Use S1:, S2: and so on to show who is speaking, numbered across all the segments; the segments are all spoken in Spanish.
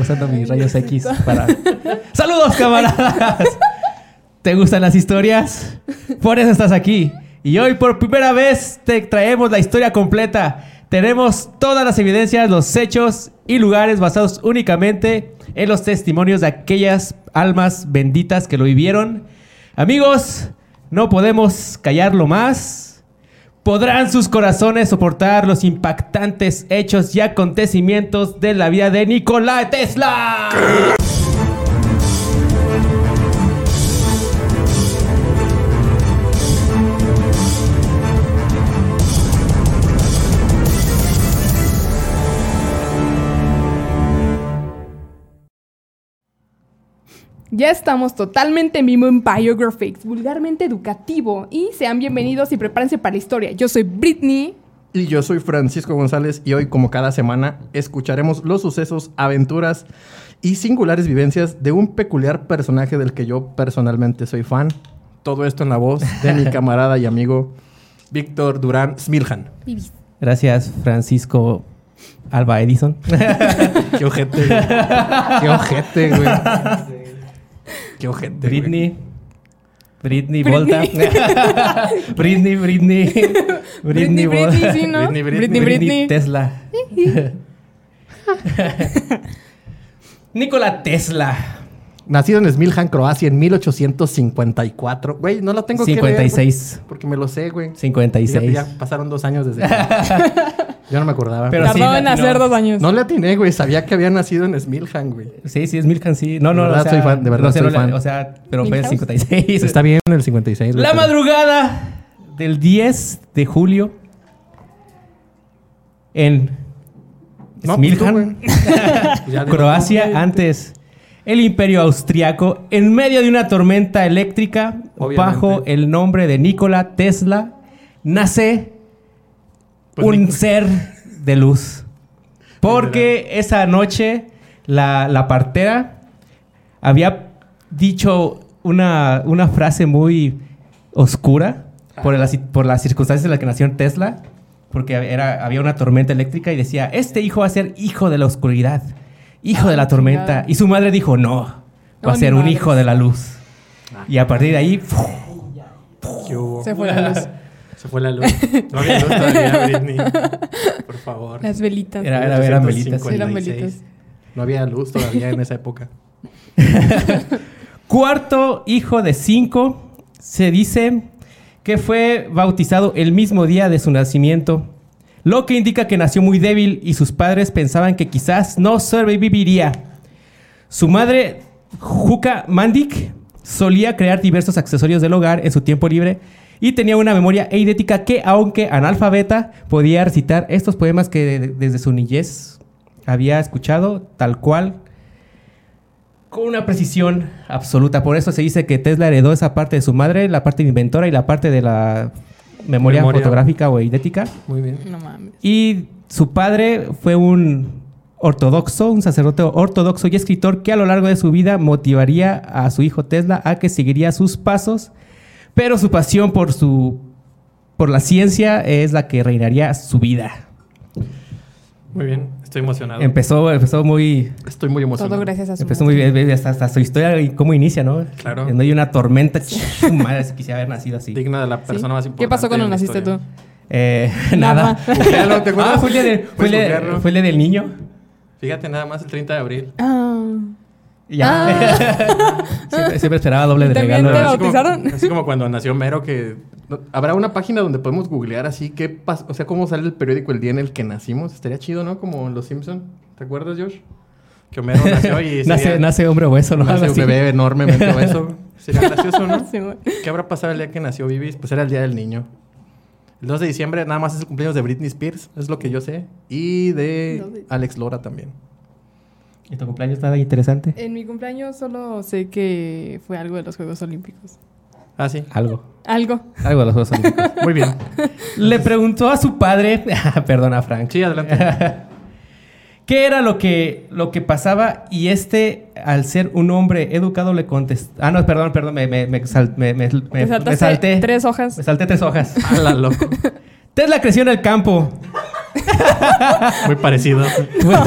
S1: usando mis rayos X para. ¡Saludos, camaradas! ¿Te gustan las historias? Por eso estás aquí. Y hoy, por primera vez, te traemos la historia completa. Tenemos todas las evidencias, los hechos y lugares basados únicamente en los testimonios de aquellas almas benditas que lo vivieron. Amigos, no podemos callarlo más. ¿Podrán sus corazones soportar los impactantes hechos y acontecimientos de la vida de Nikola Tesla?
S2: Ya estamos totalmente en vivo en Biographics, vulgarmente educativo. Y sean bienvenidos y prepárense para la historia. Yo soy Britney.
S3: Y yo soy Francisco González y hoy, como cada semana, escucharemos los sucesos, aventuras y singulares vivencias de un peculiar personaje del que yo personalmente soy fan. Todo esto en la voz de mi camarada y amigo Víctor Durán Smiljan.
S2: Vivis.
S1: Gracias, Francisco Alba Edison.
S3: Qué ojete, güey. Qué ojete, güey. Qué ojete, güey.
S1: Britney. Britney Volta. Britney, Britney. Britney,
S2: Britney,
S1: Volta.
S2: Britney, sí, ¿no?
S3: Britney, Britney,
S2: Britney, Britney.
S1: Tesla. Nikola Tesla.
S3: Nacido en Smiljan, Croacia, en 1854. Güey, no lo tengo que leer.
S1: 56.
S3: Porque me lo sé, güey.
S1: 56.
S3: Fíjate, ya pasaron dos años desde. que- Yo no me acordaba.
S1: Pero sí,
S2: Tardó en
S1: la-
S2: hacer
S1: no.
S2: dos años.
S3: No le atiné, güey. Sabía que había nacido en Smiljan, güey.
S1: Sí, sí, es Milkan, sí. No, no,
S3: De verdad
S1: o sea,
S3: soy fan, de verdad
S1: no sé,
S3: soy
S1: no la-
S3: fan.
S1: O sea, pero fue el
S2: Milhouse.
S1: 56.
S3: Está bien el 56. güey,
S1: La
S3: pero-
S1: madrugada del 10 de julio en
S3: No,
S1: Smiljan.
S3: pues tú, güey. Ya digo,
S1: Croacia antes. El imperio austriaco, en medio de una tormenta eléctrica,
S3: Obviamente.
S1: bajo el nombre de Nikola Tesla, nace
S3: Pues
S1: un
S3: Nik-
S1: ser de luz. Porque esa noche la, la partera había dicho una, una frase muy oscura por, las- por las circunstancias en las que nació Tesla, porque era, había una tormenta eléctrica y decía, este hijo va a ser hijo de la oscuridad, hijo de la tormenta.
S2: chingada.
S1: Y su madre dijo, no, va
S2: Ah, No,
S1: a ser
S2: ni
S1: un
S2: madres. Ah.
S1: hijo de la luz. Y a partir de ahí,
S3: ¿Qué hubo?
S2: Se fue la luz.
S3: Se fue la luz. No había luz todavía, Britney. Por favor.
S2: Las velitas.
S1: Era- era- eran velitas.
S3: 1856.
S2: Eran velitas.
S3: No había luz todavía en esa época.
S1: Cuarto hijo de cinco, se dice que fue bautizado el mismo día de su nacimiento, lo que indica que nació muy débil y sus padres pensaban que quizás no sobreviviría. Su madre, Juca Mandik, solía crear diversos accesorios del hogar en su tiempo libre y tenía una memoria eidética que, aunque analfabeta, podía recitar estos poemas que de- desde su niñez había escuchado tal cual con una precisión absoluta. Por eso se dice que Tesla heredó esa parte de su madre, la parte de inventora y la parte de la memoria,
S3: Memoria.
S1: fotográfica o eidética.
S3: Muy bien.
S2: No mames.
S1: Y su padre fue un ortodoxo, un sacerdote ortodoxo y escritor que a lo largo de su vida motivaría a su hijo Tesla a que seguiría sus pasos, pero su pasión por su por la ciencia es la que reinaría su vida.
S3: Muy bien. Estoy emocionado.
S1: Empezó empezó muy
S3: Estoy muy emocionado.
S2: Todo gracias a su
S1: empezó muy
S2: madre.
S1: bien hasta, hasta su historia y cómo inicia, ¿no?
S3: Claro.
S1: No hay una tormenta, su madre se quisiera haber nacido así.
S3: Digna de la
S2: Sí.
S3: persona más importante.
S2: ¿Qué pasó cuando
S3: de la
S2: naciste
S3: historia.
S2: tú?
S1: Eh, nada.
S2: Nada.
S3: Googlealo, ¿te
S1: Ah,
S3: acuerdas? Pues
S1: fue el día de- fue el
S3: Puedes
S1: día-
S3: googlearlo.
S1: fue el día del niño.
S3: Fíjate, nada más el 30 de abril.
S2: Ah.
S1: Y ya. siempre, siempre esperaba doble de
S2: También
S1: regalo. ¿no?
S2: te lo-
S3: Así como-
S2: bautizaron?
S3: Así como cuando nació Mero, que no- habrá una página donde podemos googlear así qué pas- o sea, cómo sale el periódico el día en el que nacimos. Estaría chido, ¿no? Como en Los Simpson. ¿Te acuerdas, Josh? Que Homero nació y
S1: nace,
S3: sería-
S1: nace hombre hueso, ¿no?
S3: nace
S1: Algo
S3: un
S1: así.
S3: bebé enormemente obeso. Sería gracioso, ¿no?
S2: Sí, güey.
S3: ¿Qué habrá pasado el día que nació Vivis? Pues era el día del niño. El 2 de diciembre nada más es el cumpleaños de Britney Spears, es lo que yo sé. Y
S2: Dos de-
S3: de Alex Lora también.
S1: ¿Y tu cumpleaños está interesante?
S3: Eh.
S2: En mi cumpleaños solo sé que fue algo de los Juegos Olímpicos.
S3: Ah, sí.
S1: Algo.
S2: Algo.
S1: Algo de los Juegos Olímpicos.
S3: Muy bien.
S1: Le preguntó a su padre, perdona Frank,
S3: Sí, adelante.
S1: ¿qué era lo que, lo que pasaba? Y este, al ser un hombre educado, le contestó... Ah, no, perdón, perdón, me, me, me, sal- me- me- me-
S2: Te
S1: me
S2: saltaste
S1: salté.
S2: tres hojas.
S1: Me salté tres hojas.
S3: A la loco.
S1: Tesla creció en el campo.
S3: Muy parecido. Ah,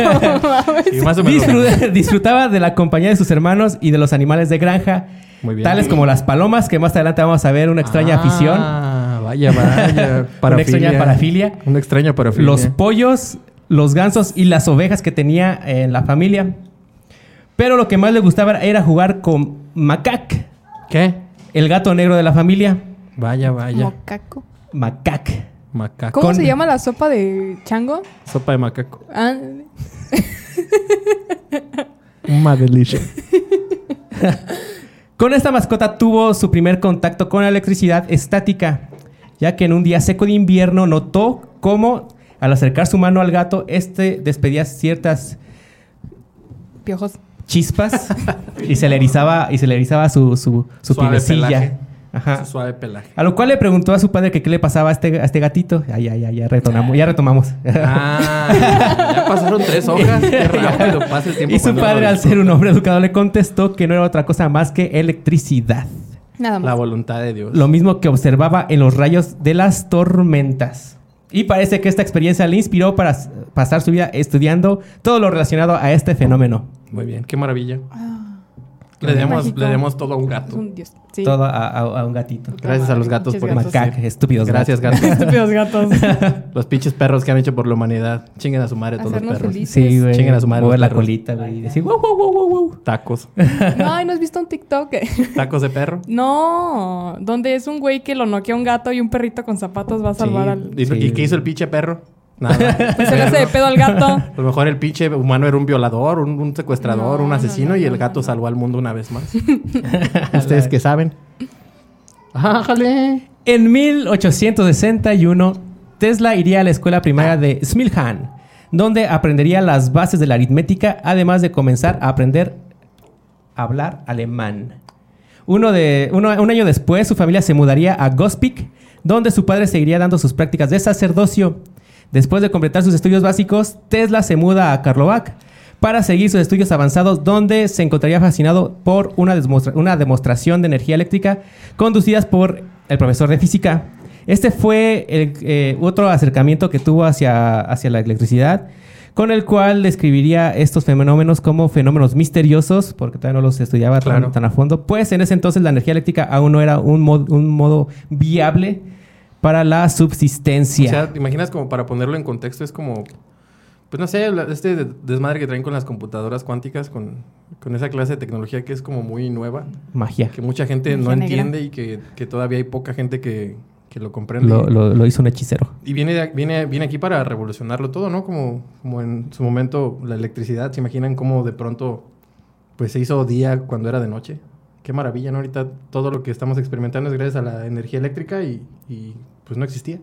S3: Sí, más o menos.
S1: Disfruta- disfrutaba de la compañía de sus hermanos y de los animales de granja,
S3: Muy bien.
S1: tales como las palomas, que más adelante vamos a ver una extraña afición,
S3: Ah, vaya, vaya.
S1: Una extraña parafilia.
S3: Una extraña parafilia.
S1: los pollos, los gansos y las ovejas que tenía en la familia. Pero lo que más le gustaba era jugar con Macac,
S3: ¿Qué?
S1: el gato negro de la familia.
S3: Vaya, vaya.
S2: Mocaco.
S1: Macac.
S3: Macaco.
S2: ¿Cómo
S1: Con-
S2: se llama la sopa de chango?
S3: Sopa de macaco.
S2: Ah,
S3: Una delicia.
S1: Con esta mascota tuvo su primer contacto con la electricidad estática, ya que en un día seco de invierno notó cómo al acercar su mano al gato, este despedía ciertas
S2: piojos.
S1: chispas y se le erizaba, y se le erizaba su, su, su
S3: Suave
S1: pibecilla.
S3: pelaje.
S1: Ajá.
S3: Suave pelaje.
S1: A lo cual le preguntó a su padre que qué le pasaba a este, a este gatito. Ay, ay, ay, ya retomamos. Ya retomamos.
S3: Ah, ya pasaron tres hojas. Qué rápido pasa el tiempo.
S1: y su
S3: cuando
S1: padre,
S3: uno
S1: al
S3: lo
S1: ser un hombre educado, le contestó que no era otra cosa más que electricidad.
S2: Nada
S3: disfruta. La
S2: más.
S3: voluntad de Dios.
S1: Lo mismo que observaba en los rayos de las tormentas. Y parece que esta experiencia le inspiró para s- pasar su vida estudiando todo lo relacionado a este fenómeno.
S3: Muy bien, qué maravilla.
S2: Ah,
S3: Le demos,
S2: Mágico.
S3: le demos todo a un
S2: es
S3: gato.
S2: un dios. Sí.
S1: Todo a, a- a un gatito.
S3: Gracias a los gatos por
S2: Pinches
S1: Macac, estúpidos
S3: Gracias,
S1: gatos.
S3: gato.
S2: Estúpidos gatos.
S3: Los pinches perros que han hecho por la humanidad. Chinguen a su madre todos
S2: Hacernos
S3: los perros.
S2: felices.
S1: Sí, güey.
S3: Chinguen a su madre
S1: Mover
S3: los
S1: la
S3: perros.
S1: colita, güey. Y decir, wow, wow, wow, wow, wow.
S3: Tacos.
S2: No, ay, ¿no has visto un TikTok?
S3: Tacos de perro.
S2: no, donde es un güey que lo noquea un gato y un perrito con zapatos va a salvar al.
S3: Sí. ¿Y,
S1: Sí.
S3: ¿Y qué hizo el pinche perro? Nada.
S2: Pues se le hace de pedo al gato.
S3: A lo mejor el pinche humano era un violador, un, un secuestrador,
S2: No,
S3: un
S2: no,
S3: asesino
S2: no,
S3: y
S2: no,
S3: el
S2: no,
S3: gato
S2: no.
S3: salvó al mundo una vez más. ¿Ustedes qué saben? ¡Ájale!
S1: En 1861, Tesla iría a la escuela primaria de Smiljan, donde aprendería las bases de la aritmética, además de comenzar a aprender a hablar alemán. Uno de- uno- un año después, su familia se mudaría a Gospic, donde su padre seguiría dando sus prácticas de sacerdocio. Después de completar sus estudios básicos, Tesla se muda a Karlovac para seguir sus estudios avanzados, donde se encontraría fascinado por una, demostra- una demostración de energía eléctrica conducidas por el profesor de física. Este fue el, eh, otro acercamiento que tuvo hacia, hacia la electricidad, con el cual describiría estos fenómenos como fenómenos misteriosos, porque todavía no los estudiaba tan-
S3: Claro.
S1: tan a fondo, pues en ese entonces la energía eléctrica aún no era un, mo- un modo viable para la subsistencia.
S3: O sea, ¿te imaginas como para ponerlo en contexto? Es como, pues no sé, la- este de- desmadre que traen con las computadoras cuánticas, con, con esa clase de tecnología que es como muy nueva,
S1: Magia.
S3: que mucha gente no
S2: Magia negra.
S3: entiende y que, que todavía hay poca gente que, que lo comprende.
S1: Lo, lo- lo hizo un hechicero.
S3: Y viene, de- viene, viene aquí para revolucionarlo todo, ¿no? Como, como en su momento la electricidad, ¿se imaginan cómo de pronto pues se hizo día cuando era de noche? Qué maravilla, ¿no? Ahorita todo lo que estamos experimentando es gracias a la energía eléctrica y, y, pues no existía.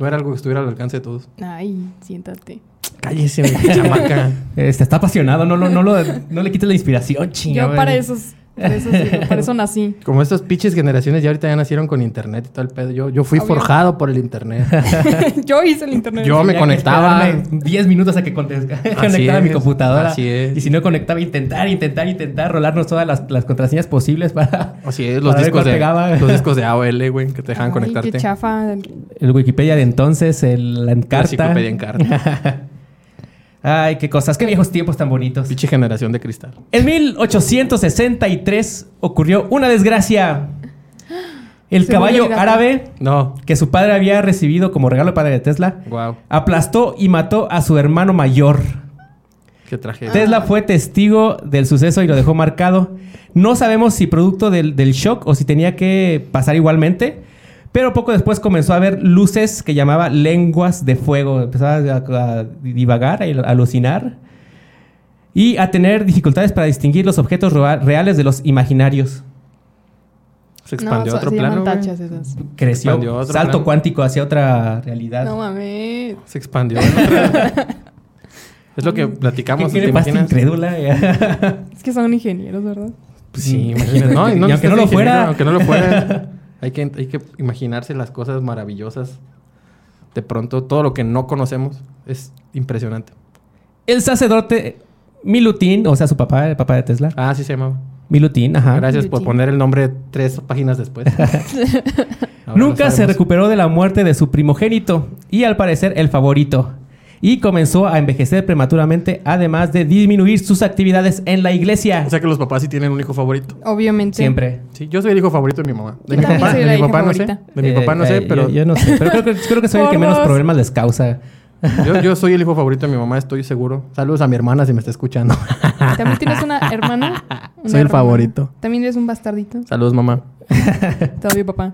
S3: No era algo que estuviera al alcance de todos.
S2: Ay, siéntate.
S3: Cállese, chamaca.
S1: Este, está apasionado, no, lo- no, lo- no le quites la inspiración, chingada.
S2: Yo para esos, para esos, digo, para eso nací.
S3: Como estas pinches generaciones ya ahorita ya nacieron con internet y todo el pedo. Yo, yo fui
S2: Obvio.
S3: forjado por el internet.
S2: Yo hice el internet.
S3: Yo me conectaba.
S1: 10 minutos a que conte- conectara mi
S3: es,
S1: computadora.
S3: así es.
S1: Y si no conectaba, intentar, intentar, intentar, rolarnos todas las, las contraseñas posibles para.
S3: Así es, los
S1: Para ver
S3: discos,
S1: cuál
S3: de,
S1: pegaba.
S3: los discos de AOL, güey, que te dejaban
S2: Ay,
S3: conectarte.
S2: Qué chafa.
S1: El Wikipedia de entonces, el, la
S3: La
S1: encarta.
S3: enciclopedia en carta.
S1: Ay, qué cosas, qué viejos tiempos tan bonitos.
S3: Pinche generación de cristal.
S1: En 1863 ocurrió una desgracia. El
S2: Se
S1: caballo
S2: murió el gato.
S1: árabe
S3: No.
S1: que su padre había recibido como regalo padre de Tesla
S3: Wow.
S1: aplastó y mató a su hermano mayor.
S3: Qué
S2: Ah.
S3: tragedia.
S1: Tesla fue testigo del suceso y lo dejó marcado. No sabemos si producto del, del shock o si tenía que pasar igualmente, pero poco después comenzó a ver luces que llamaba lenguas de fuego. Empezaba a, a divagar, a il- alucinar y a tener dificultades para distinguir los objetos roa- reales de los imaginarios.
S3: Se expandió a otro plano. güey.
S2: tachas esas.
S1: Creció,
S3: Expandió a otro
S1: salto
S3: plano.
S1: cuántico hacia otra realidad.
S2: No mames.
S3: Se expandió. en otra- es lo que platicamos.
S1: ¿Qué
S3: ¿Te
S1: tiene pasta
S3: imaginas?
S1: incrédula?
S2: Es que son ingenieros, ¿verdad?
S3: Pues sí,
S1: Y
S3: imagínate. No, no
S1: aunque
S3: necesitas
S1: no lo
S3: ingeniero,
S1: fuera.
S3: Aunque no lo fuera. Hay que, hay que imaginarse las cosas maravillosas. De pronto, todo lo que no conocemos es impresionante.
S1: El sacerdote Milutin, o sea, su papá, el papá de Tesla.
S3: Ah, sí se llamaba.
S1: Milutin, ajá.
S3: Gracias por
S2: Yuchi.
S3: poner el nombre tres páginas después. Ahora lo
S1: Nunca se
S3: sabemos.
S1: recuperó de la muerte de su primogénito y al parecer el favorito. Y comenzó a envejecer prematuramente, además de disminuir sus actividades en la iglesia.
S3: O sea que los papás sí tienen un hijo favorito.
S2: obviamente.
S1: Siempre.
S3: Sí, yo soy el hijo favorito de mi mamá. De
S2: Yo
S3: mi
S2: también
S3: papá,
S2: soy
S3: de
S2: la
S3: mi
S2: hija
S3: papá no sé.
S2: favorita.
S3: De mi
S1: Eh,
S3: papá no
S1: eh,
S3: sé, pero
S1: Yo, yo no sé, pero creo que, creo que soy el que menos
S2: Gordos.
S1: problemas les causa.
S3: yo, yo soy el hijo favorito de mi mamá, estoy seguro. Saludos a mi hermana si me está escuchando. Ah.
S2: ¿También tienes una hermana? Una
S3: Soy el
S2: hermana.
S3: favorito.
S2: También eres un bastardito.
S3: Saludos, mamá.
S2: Todavía papá.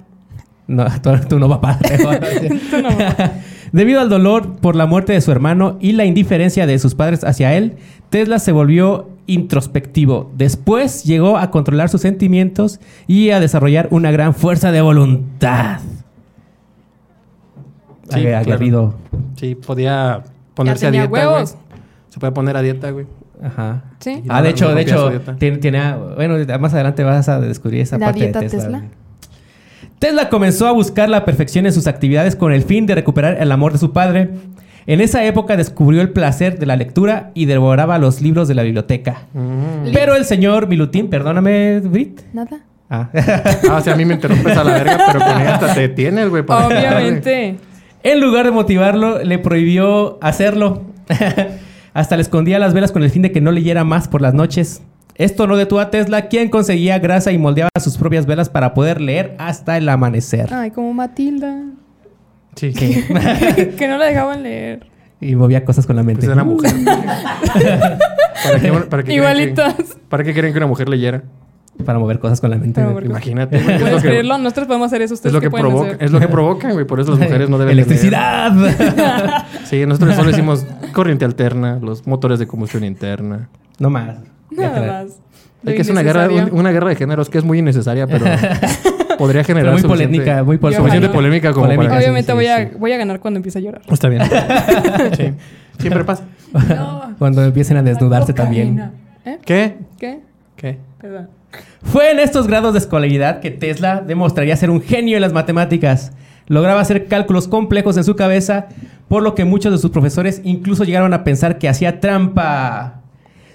S1: No, tú, tú no, papá.
S2: Tú no, papá.
S1: Debido al dolor por la muerte de su hermano y la indiferencia de sus padres hacia él, Tesla se volvió introspectivo. Después llegó a controlar sus sentimientos y a desarrollar una gran fuerza de voluntad.
S3: Sí,
S1: Ag- aguerrido.
S3: Sí, podía
S2: Ya
S3: ponerse a
S2: tenía
S3: dieta.
S2: huevos.
S3: güey. Se puede poner a dieta, güey.
S1: Ajá.
S2: Sí.
S1: Ah, de hecho, de
S3: Copia su
S1: hecho,
S3: dieta.
S1: tiene, tiene- bueno, más adelante vas a descubrir esa
S2: ¿La
S1: parte
S2: dieta
S1: de Tesla.
S2: Tesla?
S1: Tesla comenzó a buscar la perfección en sus actividades con el fin de recuperar el amor de su padre. En esa época descubrió el placer de la lectura y devoraba los libros de la biblioteca. Pero el señor Milutín, perdóname, Brit.
S2: Nada.
S1: Ah.
S3: Ah, o sea, a mí me interrumpes a la verga, pero con ella hasta te detienes, güey. para
S2: Obviamente.
S1: En lugar de motivarlo, le prohibió hacerlo. Hasta le escondía las velas con el fin de que no leyera más por las noches. Esto no detuvo a Tesla, quien conseguía grasa y moldeaba sus propias velas para poder leer hasta el amanecer.
S2: Ay, como Matilda.
S3: Sí, sí.
S2: que no la dejaban leer.
S1: Y movía cosas con la mente.
S3: Pues era mujer. ¿Para qué, para qué creen que-
S2: Igualitas.
S3: ¿Para qué creen que una mujer leyera?
S1: Para mover cosas con la mente.
S2: Para mover
S3: Imagínate. güey, es lo
S2: ¿Puedes
S3: que-
S2: creerlo? Nosotros podemos hacer eso.
S3: Es
S2: ¿Ustedes
S3: lo
S2: qué
S3: que
S2: pueden
S3: provoca,
S2: hacer?
S3: es lo que provocan, güey. Por eso las mujeres no deben de leer.
S1: ¡Electricidad!
S3: Sí, nosotros solo hicimos corriente alterna, los motores de combustión interna.
S1: no más.
S2: Nada más. Lo
S3: Hay que es una guerra,
S2: innecesario.
S3: un- una guerra de géneros que es muy innecesaria, pero podría generar
S1: Pero muy
S3: suficiente-
S1: polémica, muy pol-
S2: Yo
S3: suficiente
S2: ojalá.
S3: polémica como
S1: Polémica,
S3: para
S2: Obviamente
S1: sí,
S2: voy, a,
S1: sí.
S2: voy a ganar cuando empiece a llorar.
S3: Está bien. Sí. Siempre pasa.
S2: No.
S1: Cuando empiecen a desnudarse también.
S2: ¿Eh?
S3: ¿Qué?
S2: ¿Qué?
S3: ¿Qué?
S2: Perdón.
S1: Fue en estos grados de escolaridad que Tesla demostraría ser un genio en las matemáticas. Lograba hacer cálculos complejos en su cabeza, por lo que muchos de sus profesores incluso llegaron a pensar que hacía trampa.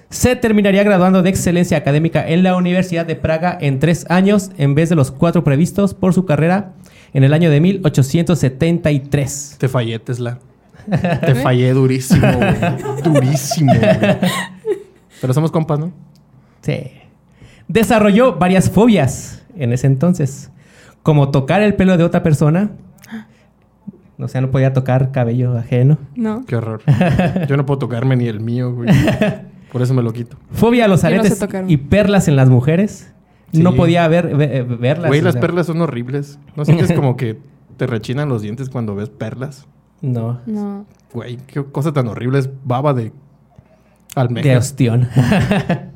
S1: Se terminaría graduando de excelencia académica en la Universidad de Praga en tres años, en vez de los cuatro previstos por su carrera en el año de 1873.
S3: Te fallé, Tesla. Te fallé durísimo, güey. Durísimo, güey. Pero somos compas, ¿no?
S1: Sí. Desarrolló varias fobias en ese entonces, como tocar el pelo de otra persona. O sea, no podía tocar cabello ajeno.
S2: No.
S3: Qué horror. Yo no puedo tocarme ni el mío, güey. Por eso me lo quito.
S1: Fobia a los
S2: Yo no sé
S1: aretes
S2: tocar.
S1: y perlas en las mujeres. No
S3: Sí.
S1: podía ver, ve- eh, verlas.
S3: Güey,
S1: o
S3: las
S1: sea,
S3: perlas son horribles. ¿No sientes como que te rechinan los dientes cuando ves perlas?
S1: No.
S2: No.
S3: Güey, qué cosa tan horrible es baba de
S1: De
S3: almejas.
S1: ostión.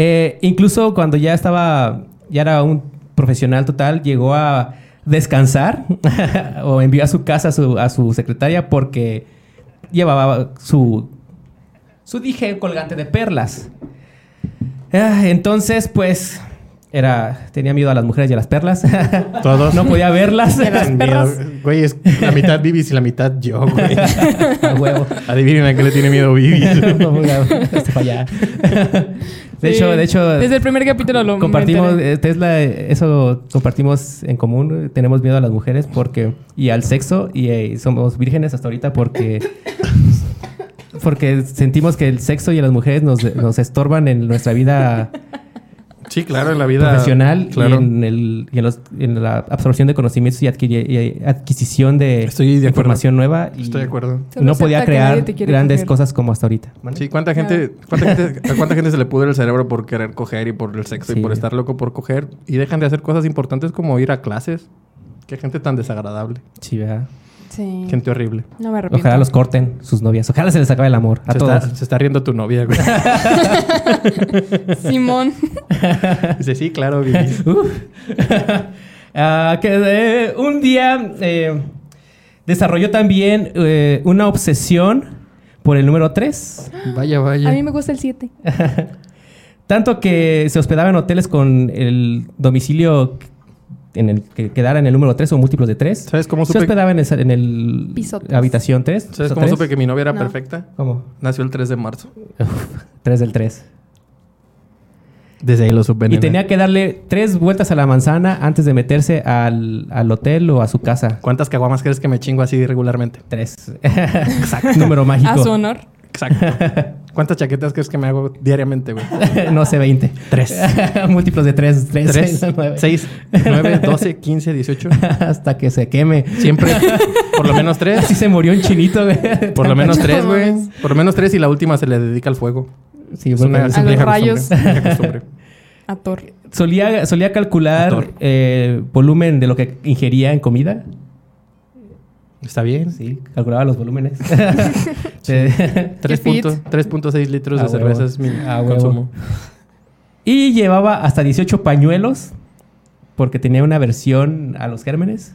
S1: Eh, incluso cuando ya estaba, ya era un profesional total, llegó a descansar o envió a su casa a su, a su secretaria porque llevaba su, su dije colgante de perlas. Ah, entonces, pues, era, tenía miedo a las mujeres y a las perlas.
S3: Todos.
S1: no podía verlas.
S2: Y a las
S3: Miedo,
S2: perras.
S3: Güey, es la mitad Bibis y la mitad yo, güey.
S1: A huevo.
S3: Adivinen a qué le tiene miedo Bibis.
S1: No, mira, este pa' allá. De
S2: Sí.
S1: hecho, de hecho.
S2: Desde el primer capítulo lo
S1: compartimos
S2: mencioné.
S1: eh, Tesla eh, eso compartimos en común eh, tenemos miedo a las mujeres porque y al sexo y eh, somos vírgenes hasta ahorita porque porque sentimos que el sexo y las mujeres nos, nos estorban en nuestra vida
S3: Sí, claro, en la vida
S1: profesional
S3: Claro.
S1: y, en el- y en los- en la absorción de conocimientos y, adquiri- y adquisición de,
S3: Estoy de acuerdo.
S1: información nueva y
S3: Estoy de acuerdo.
S2: Solo
S1: no podía
S2: acepta que
S1: crear
S2: nadie te quiere
S1: grandes
S2: coger.
S1: cosas como hasta ahorita
S3: Sí, ¿cuánta gente, cuánta gente, ¿a cuánta gente se le pudre el cerebro por querer coger y por el sexo
S1: Sí.
S3: y por estar loco por coger? Y dejan de hacer cosas importantes como ir a clases. Qué gente tan desagradable.
S1: Sí, ¿verdad?
S2: Sí.
S3: Gente horrible.
S2: No me arrepiento.
S1: Ojalá los corten sus novias. Ojalá se les acabe el amor a
S3: se,
S1: todos.
S3: Está, se está riendo tu novia, güey.
S2: Simón.
S3: Dice, sí, claro, Vivi.
S1: Uf. Ah, que, eh, un día eh, desarrolló también eh, una obsesión por el número 3.
S3: Vaya,
S2: A mí
S3: vaya.
S2: me gusta el 7.
S1: Tanto que se hospedaba en hoteles con el domicilio en el que quedara en el número 3 o múltiplos de 3.
S3: ¿Sabes cómo
S1: Se
S3: supe?
S1: hospedaba en el, en el-
S2: Piso tres.
S1: habitación 3.
S3: ¿Sabes cómo supe que mi novia era
S2: No.
S3: perfecta?
S1: ¿Cómo?
S3: Nació el 3 de marzo.
S1: 3 del 3.
S3: Desde ahí lo supe.
S1: Y tenía que darle tres vueltas a la manzana antes de meterse al, al hotel o a su casa.
S3: ¿Cuántas caguamas crees que me chingo así regularmente?
S1: Tres. Exacto. Número mágico.
S2: A su honor.
S3: Exacto. ¿Cuántas chaquetas crees que me hago diariamente, güey?
S1: no sé, 20.
S3: Tres.
S1: Múltiplos de tres. Tres,
S3: Tres,
S1: nueve.
S3: seis, nueve, doce, quince, dieciocho.
S1: Hasta que se queme.
S3: Siempre, por lo menos tres.
S1: Así se murió un chinito, güey.
S3: Por lo menos tres,
S2: No
S3: güey.
S2: mames.
S3: Por lo menos tres y la última se le dedica al fuego.
S1: Sí,
S3: Es
S1: porque
S3: una, es una
S2: los
S3: vieja
S2: rayos.
S3: costumbre, vieja costumbre.
S2: A Thor.
S1: eh, solía, solía calcular
S3: Actor.
S1: eh, volumen de lo que ingería en comida.
S3: Está bien.
S1: Sí, calculaba los volúmenes.
S3: Tres
S2: Qué Ah, fit.
S3: punto- 3.6 litros
S1: A
S3: de cerveza
S1: huevo.
S3: es mi
S1: A huevo.
S3: consumo.
S1: y llevaba hasta 18 pañuelos porque tenía una versión a los gérmenes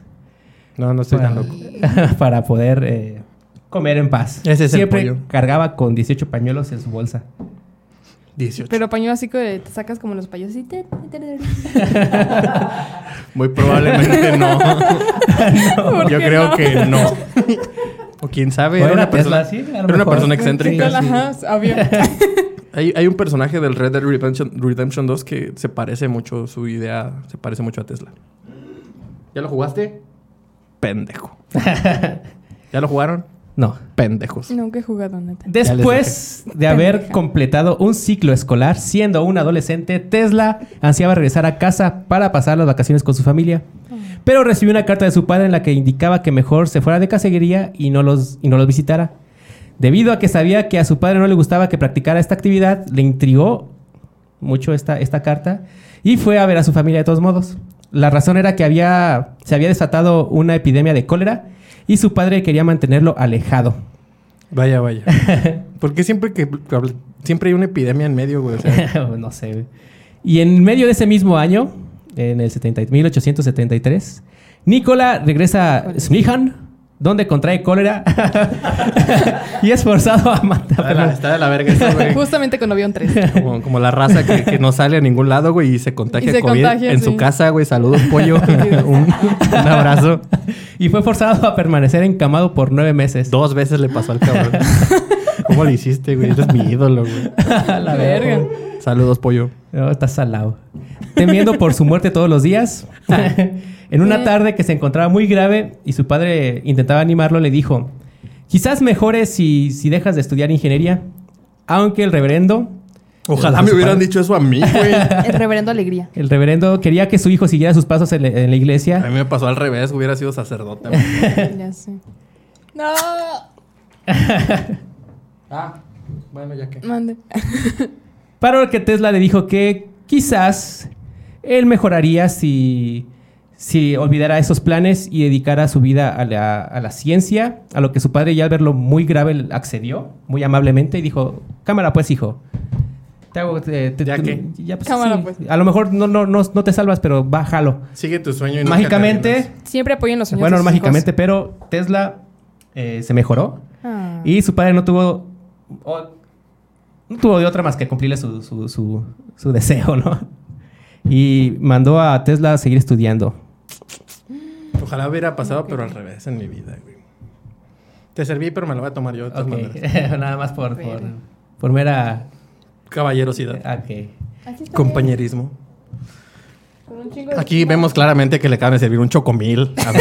S3: No, no estoy tan loco.
S1: para poder eh, comer en paz.
S3: Ese es el
S1: Siempre
S3: pollo.
S1: cargaba con 18 pañuelos en su bolsa.
S3: 18.
S2: Pero pañuelo así que te sacas como los payos y te- te- te- te-
S3: Muy probablemente no.
S2: ¿Por
S3: Yo
S2: qué
S3: creo
S2: no?
S3: que no. O quién sabe.
S1: O
S3: Era
S1: era
S3: una
S1: Tesla,
S3: persona,
S1: sí, a lo
S3: era una
S1: mejor.
S3: persona
S2: Sí,
S3: excéntrica.
S2: con la- ajá, sabía.
S3: Hay, hay un personaje del Red Dead Redemption, Redemption 2 que se parece mucho, su idea se parece mucho a Tesla. ¿Ya lo jugaste? Pendejo. ¿Ya lo jugaron?
S1: No.
S3: Pendejos.
S2: Nunca he jugado, neta.
S1: Después de haber completado un ciclo escolar siendo un adolescente, Tesla ansiaba regresar a casa para pasar las vacaciones con su familia. Pero recibió una carta de su padre en la que indicaba que mejor se fuera de cacería y no los, y no los visitara. Debido a que sabía que a su padre no le gustaba que practicara esta actividad, le intrigó mucho esta, esta carta y fue a ver a su familia de todos modos. La razón era que había, se había desatado una epidemia de cólera y su padre quería mantenerlo alejado.
S3: Vaya, vaya. ¿Por qué siempre que que habl- siempre hay una epidemia en medio, güey? O sea,
S1: no sé. güey. Y en medio de ese mismo año, en el 70 y- 1873, Nicola regresa a Smihan, donde contrae cólera y es forzado a
S3: está, de la,
S1: matar.
S3: está de la verga eso, güey.
S2: Justamente cuando vi un 3.
S3: Como, como la raza que, que no sale a ningún lado, güey, y se contagia
S2: Y se
S3: de COVID
S2: contagia,
S3: en
S2: sí.
S3: su casa, güey. Saludos, pollo. un, un abrazo.
S1: Y fue forzado a permanecer encamado por nueve meses.
S3: Dos veces le pasó al cabrón. ¿Cómo lo hiciste, güey? Eres mi ídolo, güey.
S1: La
S2: verga.
S3: Saludos, pollo.
S1: No, está salado. Temiendo por su muerte todos los días. en una tarde que se encontraba muy grave y su padre intentaba animarlo, le dijo: Quizás mejores si, si dejas de estudiar ingeniería. Aunque el reverendo,
S3: Ojalá me hubieran dicho eso a mí, güey. A
S2: El reverendo Alegría.
S1: el reverendo quería que su hijo siguiera sus pasos en, la- en la iglesia.
S3: mí me pasó al revés, hubiera sido sacerdote. güey.
S2: Ya sé. No.
S3: ah, bueno, ya que.
S2: Mande.
S1: Para lo que Tesla le dijo que quizás él mejoraría si, si olvidara esos planes y dedicara su vida a la, a la ciencia, a lo que su padre ya al verlo muy grave accedió muy amablemente y dijo, cámara pues hijo. Te hago, te- te-
S3: ¿Ya
S1: te-
S3: qué?
S1: ya, pues,
S2: Cámara,
S1: sí.
S2: pues.
S1: A lo mejor no, no, no, no te salvas, pero bájalo.
S3: Sigue tu sueño y nunca
S1: Mágicamente,
S3: terminas.
S2: Siempre apoyen los sueños.
S1: bueno,
S2: de
S1: no
S2: sus hijos.
S1: mágicamente, pero Tesla eh, se mejoró.
S2: Ah.
S1: Y su padre no tuvo. o- no tuvo de otra más que cumplirle su, su- su- su deseo, ¿no? Y mandó a Tesla a seguir estudiando.
S3: Ojalá hubiera pasado, pero al revés en mi vida, güey. Te serví, pero me lo voy a tomar yo de todas maneras.
S1: Nada más por, por, por mera.
S2: Ah.
S3: Caballerosidad.
S1: Ok.
S2: Así está
S3: Compañerismo.
S2: bien. Con un chingo de-
S3: Aquí vemos claramente que le acaban de servir un chocomil. a mí.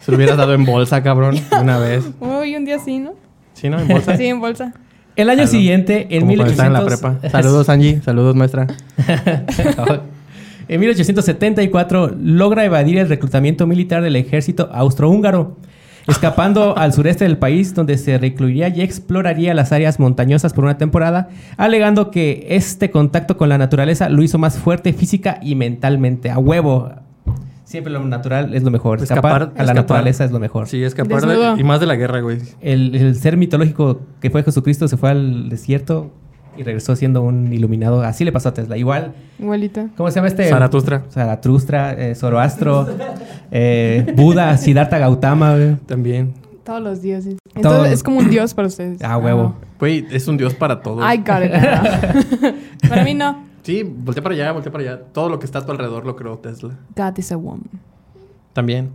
S3: Se lo hubieras dado en bolsa, cabrón, de una vez.
S2: Uy, un día sí, ¿no?
S3: ¿Sí, no? ¿En bolsa?
S2: Sí, en bolsa.
S1: El año
S3: Salud.
S1: siguiente, en
S3: Como cuando
S1: 1800...
S3: estaba en la prepa. Saludos, Angie. Saludos, maestra.
S1: en 1874 logra evadir el reclutamiento militar del ejército austrohúngaro, escapando al sureste del país donde se recluiría y exploraría las áreas montañosas por una temporada, alegando que este contacto con la naturaleza lo hizo más fuerte física y mentalmente. A huevo. Siempre lo natural es lo mejor. Escapar, a la
S3: escapar.
S1: naturaleza es lo mejor.
S3: Sí, escapar de-
S2: Desnudo.
S3: y más de la guerra, güey.
S1: El, el ser mitológico que fue Jesucristo se fue al desierto y regresó siendo un iluminado. Así le pasó a Tesla. Igual
S2: Igualita.
S1: ¿Cómo se llama este?
S3: Zaratustra.
S1: Zaratustra, eh, Zoroastro, eh, Buda, Siddhartha Gautama, güey.
S3: También.
S2: Todos los dioses. Entonces
S1: Todos.
S2: es como un dios para ustedes.
S1: Ah, huevo.
S3: Güey, es un dios para todos.
S2: Ah. I got it. para mí no.
S3: Sí, voltea para allá, voltea para allá. Todo lo que está a tu alrededor lo creó Tesla.
S2: God is a woman.
S3: También.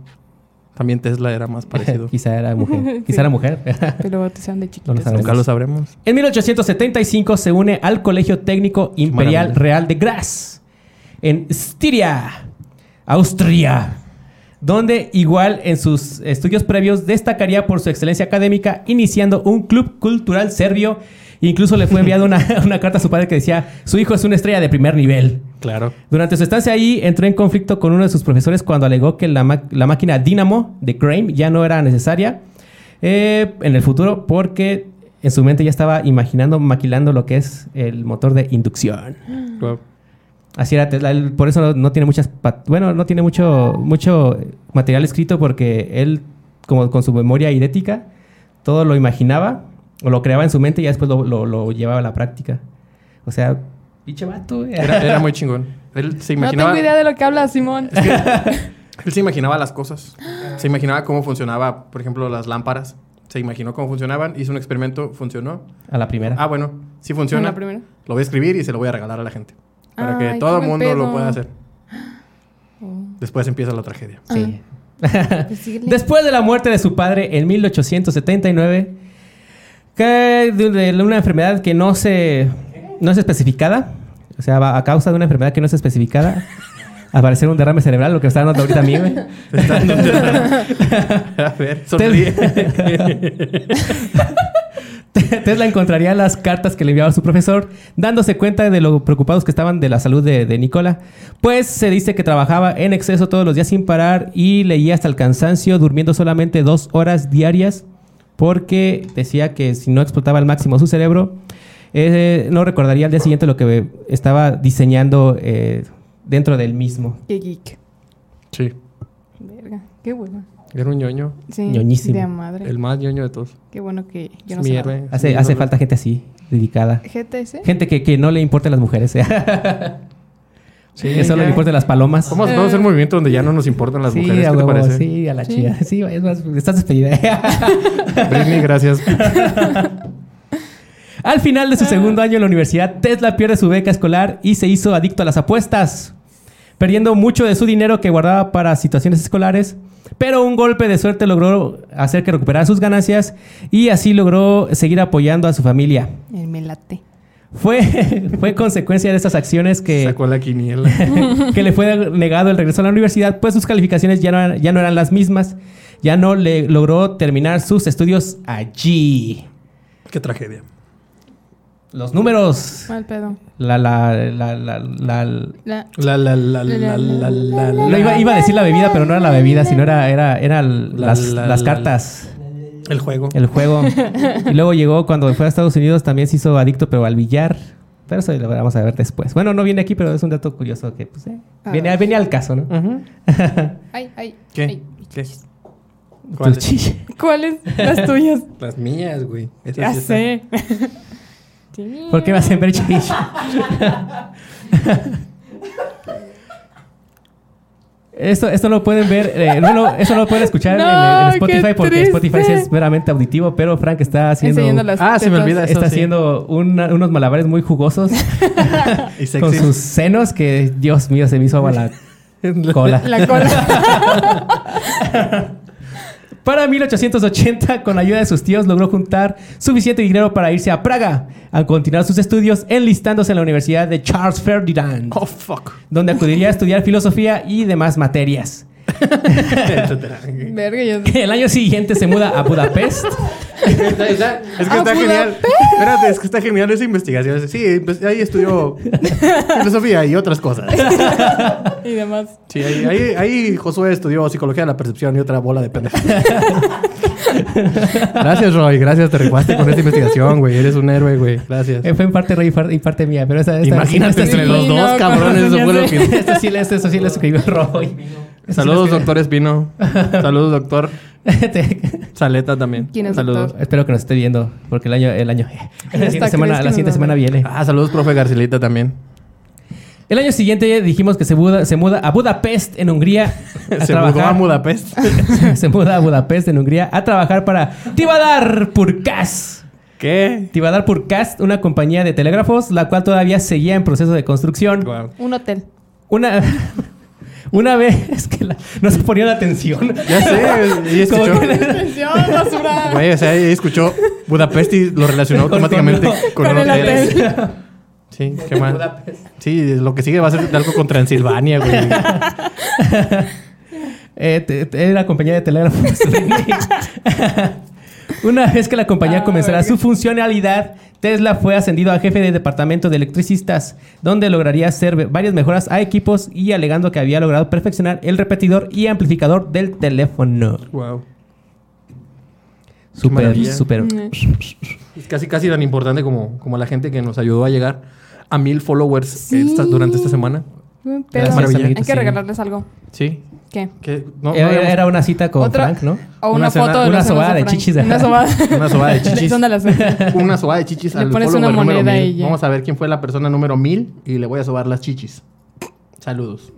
S3: También Tesla era más parecido.
S1: Quizá era mujer. Quizá era mujer.
S2: Pero bautizaron de
S1: No
S2: chiquitos.
S1: lo sabemos.
S3: Nunca lo sabremos.
S1: En 1875 se une al Colegio Técnico Imperial
S3: maravilla.
S1: Real de Graz, en Styria, Austria, donde igual en sus estudios previos destacaría por su excelencia académica, iniciando un club cultural serbio. Incluso le fue enviada una, una carta a su padre que decía, su hijo es una estrella de primer nivel.
S3: Claro.
S1: Durante su estancia ahí entró en conflicto con uno de sus profesores cuando alegó que la, ma- la máquina Dynamo de Crane ya no era necesaria eh, en el futuro porque en su mente ya estaba imaginando, maquilando lo que es el motor de inducción. Así era Tesla, él por eso no, no tiene muchas, pat- bueno, no tiene mucho, mucho material escrito porque él, como con su memoria idética, todo lo imaginaba o lo creaba en su mente y ya después lo, lo- lo llevaba a la práctica. O sea, pinche vato. eh.
S3: Era, era muy chingón. Él se
S2: No
S3: imaginaba.
S2: tengo idea de lo que habla Simón.
S3: Él se imaginaba las cosas. Se imaginaba cómo funcionaba, por ejemplo, las lámparas. Se imaginó cómo funcionaban, hizo un experimento, funcionó.
S1: A la primera.
S3: Ah, bueno, si
S2: La
S3: funciona,
S2: primera.
S3: lo voy a escribir y se lo voy a regalar a la gente. Para
S2: Ay,
S3: que todo
S2: qué
S3: el mundo
S2: buen
S3: lo
S2: pedo.
S3: pueda hacer.
S2: Oh.
S3: Después empieza la tragedia.
S1: Sí.
S2: Pues síguele.
S1: Después de la muerte de su padre en 1879, que de de una enfermedad que no se no es especificada, o sea, va- a causa de una enfermedad que no es especificada, al parecer un derrame cerebral, lo que me está dando ahorita a mí, güey.
S3: a ver, sonríe.
S1: Tesla encontraría las cartas que le enviaba su profesor, dándose cuenta de lo preocupados que estaban de la salud de, de Nicola. Pues se dice que trabajaba en exceso todos los días sin parar y leía hasta el cansancio, durmiendo solamente dos horas diarias, porque decía que si no explotaba al máximo su cerebro, eh, no recordaría al día siguiente lo que estaba diseñando eh, dentro del mismo.
S2: Qué geek.
S3: sí,
S2: Verga. Qué bueno.
S3: era un ñoño.
S2: Sí.
S1: Ñoñísimo.
S2: De a madre.
S3: El más ñoño de todos.
S2: Qué bueno que yo no
S3: Mi
S2: sé.
S3: héroe.
S1: Hace,
S3: Mi
S1: hace
S3: héroe.
S1: falta gente así, dedicada.
S2: nada. GTS.
S1: Gente que, que no le importen las mujeres. eh.
S3: Sí,
S1: que solo
S3: ya.
S1: le importen las palomas.
S3: Vamos, vamos a hacer un movimiento donde ya no nos importan las
S1: sí,
S3: mujeres.
S1: a
S3: ¿Qué te
S1: huevo,
S3: parece?
S1: sí, a la
S2: Sí.
S1: chida. Sí, es más, estás despedida.
S3: Britney, gracias.
S1: Al final de su segundo año en la universidad, Tesla pierde su beca escolar y se hizo adicto a las apuestas, perdiendo mucho de su dinero que guardaba para situaciones escolares. Pero un golpe de suerte logró hacer que recuperara sus ganancias y así logró seguir apoyando a su familia.
S2: El melate.
S1: Fue, fue consecuencia de estas acciones que,
S3: Sacó la quiniela.
S1: que le fue negado el regreso a la universidad, pues sus calificaciones ya no, eran- ya no eran las mismas. Ya no le logró terminar sus estudios allí.
S3: Qué tragedia.
S1: Los números.
S2: Mal pedo.
S1: La, la, la, la, la- la-
S2: La-
S3: La, la, la, la, la, la,
S1: No, iba, iba a decir la bebida, pero no era la bebida, sino era, era, era l-
S3: La-
S1: las,
S3: la-
S1: las
S3: la-
S1: cartas,
S3: El juego.
S1: el juego. y luego llegó cuando fue a Estados Unidos, también se hizo adicto, pero al billar. Pero eso lo vamos a ver después. Bueno, no viene aquí, pero es un dato curioso que pues, eh,
S2: Ah.
S1: viene, venía al caso, ¿no?
S3: Ujú.
S2: Ay, ay.
S3: ¿Qué?
S2: ay.
S3: ¿Qué? Pues
S1: Tus chichis.
S2: ¿Cuáles? Las tuyas.
S3: Las mías, güey. Esas
S2: ya
S3: sí están.
S2: sé. Sí.
S1: ¿Por qué me hacen ver chichis? Esto, esto lo pueden ver, eh, no, no, esto lo pueden escuchar en- en,
S2: No, qué
S1: Spotify porque
S2: triste.
S1: Spotify sí es meramente auditivo, pero Frank está haciendo
S2: Enseñando las
S3: Ah, se me
S2: tetas.
S3: olvida. Eso
S1: está
S3: sí.
S1: haciendo una- unos malabares muy jugosos
S3: Y
S1: con
S3: sexy.
S1: sus senos que Dios mío se me hizo agua la cola.
S2: La cola.
S1: Para 1880, con la ayuda de sus tíos, logró juntar suficiente dinero para irse a Praga a continuar sus estudios, enlistándose en la Universidad de Charles Ferdinand,
S3: Oh, fuck.
S1: donde acudiría a estudiar filosofía y demás materias.
S3: Etcétera.
S2: Verga, yo
S1: El año siguiente se muda a Budapest.
S3: Está- está- es que
S2: Ah,
S3: está
S2: Budapest.
S3: genial. Espérate, es que está genial esa investigación. Sí, pues, ahí estudió filosofía y otras cosas.
S2: y demás.
S3: Sí, ahí, ahí, ahí Josué estudió psicología de la percepción y otra bola de pendejo. gracias, Roy. Gracias, te rifaste con esta investigación, güey. Eres un héroe, güey. Gracias.
S1: Eh, Fue en parte rey y far- y parte mía, pero esa, esta-
S3: Imagínate
S1: esta-
S3: entre
S2: sí,
S3: los
S2: no,
S3: dos,
S2: con
S3: cabrones. Eso
S2: razón,
S3: fue
S2: ya
S3: lo
S2: sé.
S3: que
S1: esta sí, la- esta sí la escribió Roy.
S3: Saludos, doctor Espino. Saludos, doctor
S1: Te-
S3: Saleta también.
S2: ¿Quién es
S3: saludos.
S2: doctor?
S1: Espero que nos esté viendo, porque el año, el año, la
S2: crees
S1: siguiente
S2: que
S1: semana, la
S2: nos
S1: siguiente
S2: va a
S1: semana
S2: ver?
S1: viene.
S3: Ah, saludos, profe Garcilita también.
S1: El año siguiente dijimos que se muda, se muda a Budapest, en Hungría. A
S3: Se mudó a
S1: trabajar.
S3: Budapest.
S1: se muda a Budapest, en Hungría, a trabajar para Tivadar Purkas.
S3: ¿Qué?
S1: Tivadar Purkas, una compañía de telégrafos, la cual todavía seguía en proceso de construcción.
S3: Guau.
S2: Un hotel.
S1: Una, Una vez que la- no se ponía la atención.
S3: Ya sé, y escuchó.
S1: Como que-
S2: Atención, basura.
S3: Güey, o sea, ella escuchó Budapest y lo relacionó
S1: Con-
S3: automáticamente
S1: con-
S3: con,
S2: con
S3: un
S2: el
S3: hotel.
S2: hotel.
S3: Sí, qué mal. Sí, lo que sigue va a ser algo con Transilvania, güey.
S1: Eh, te- te- era compañía de telégrafos. Una vez que la compañía
S2: Ah,
S1: comenzará
S2: verga.
S1: su funcionalidad, Tesla fue ascendido a jefe de departamento de electricistas, donde lograría hacer varias mejoras a equipos y alegando que había logrado perfeccionar el repetidor y amplificador del teléfono.
S3: Wow.
S1: Súper,
S3: maravilla.
S1: súper.
S2: Mm.
S3: Es casi, casi tan importante como, como la gente que nos ayudó a llegar a mil followers
S2: Sí.
S3: esta- durante esta semana.
S2: Buen pedo.
S1: Gracias,
S3: Maravilla.
S2: Hay
S1: amiguitos,
S2: que
S1: sí.
S2: regalarles algo.
S3: Sí.
S2: ¿Qué?
S3: Que no, no
S1: Era-
S3: habíamos-
S1: era una cita con
S2: Otra-
S1: Frank, ¿no?
S2: O
S3: Una
S2: una,
S3: cena-
S2: foto de
S1: una
S2: los
S1: sobada
S2: senos
S1: de
S2: Frank.
S1: chichis.
S2: Una sobada.
S3: Una sobada de chichis.
S2: Son de las veces.
S3: una soba de chichis
S2: Le
S3: al
S2: pones
S3: follower
S2: una
S3: número
S2: moneda
S3: mil.
S2: y ya.
S3: Vamos a ver quién fue la persona número mil y le voy a sobar las chichis. Saludos.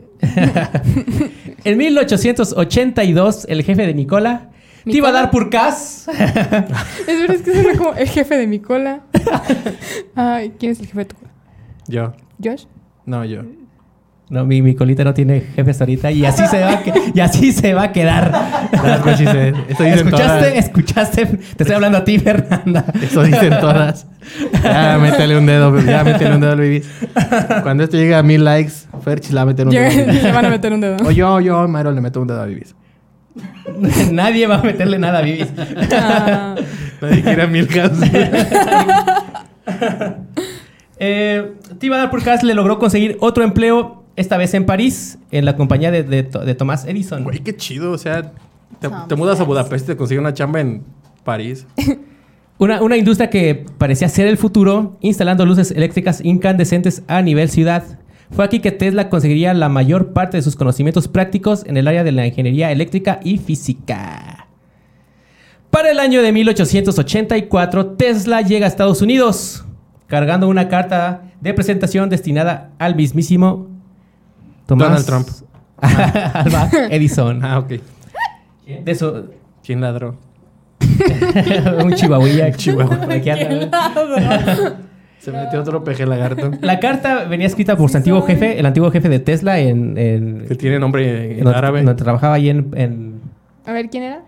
S1: En 1882, el jefe de Nicola, te iba a dar purcas.
S2: Es verdad, es que suena como el jefe de mi cola. Ay, ¿quién es el jefe de tu cola?
S3: Yo.
S2: ¿Josh?
S3: No, yo.
S1: No, mi, mi colita no tiene jefes ahorita y así se va a, que- y así se va a quedar.
S3: That's what she said. Eso dicen
S1: ¿Escuchaste?
S3: eh. todas.
S1: ¿Escuchaste? Te estoy hablando a ti, Fernanda.
S3: Eso dicen todas. Ya, métele un dedo, ya, métele un dedo al baby. Cuando esto llegue a mil likes, Ferch le va a meter un dedo. al
S2: Llega-
S3: Bibis.
S2: Le van a meter un dedo.
S3: O yo, yo, Mario, le meto un dedo a Bibis.
S1: Nadie va a meterle nada a Vivis.
S2: Ah,
S3: Nadie quiere a Milhouse.
S1: Eh, te iba a dar purcas, le logró conseguir otro empleo, esta vez en París, en la compañía de, de, de Thomas Edison.
S3: Güey, qué chido. O sea, te, te mudas a Budapest y te consigues una chamba en París.
S1: Una, una industria que parecía ser el futuro, instalando luces eléctricas incandescentes a nivel ciudad. Fue aquí que Tesla conseguiría la mayor parte de sus conocimientos prácticos en el área de la ingeniería eléctrica y física. Para el año de 1884, Tesla llega a Estados Unidos, cargando una carta de presentación destinada al mismísimo
S3: Donald
S1: Tomás
S3: Trump.
S1: Alba Edison.
S3: Ah, ok.
S1: De eso,
S3: ¿Quién ladró?
S1: un chihuahuilla.
S3: chihuahua.
S1: Aquí anda,
S2: Ah.
S1: ¿eh?
S2: qué ladro.
S3: Se metió otro peje lagarto.
S1: La carta venía escrita por su antiguo
S2: soy.
S1: jefe, el antiguo jefe de Tesla en, en-
S3: Que tiene nombre en
S1: donde-
S3: árabe.
S1: donde trabajaba ahí en, en-
S2: A ver, ¿quién era?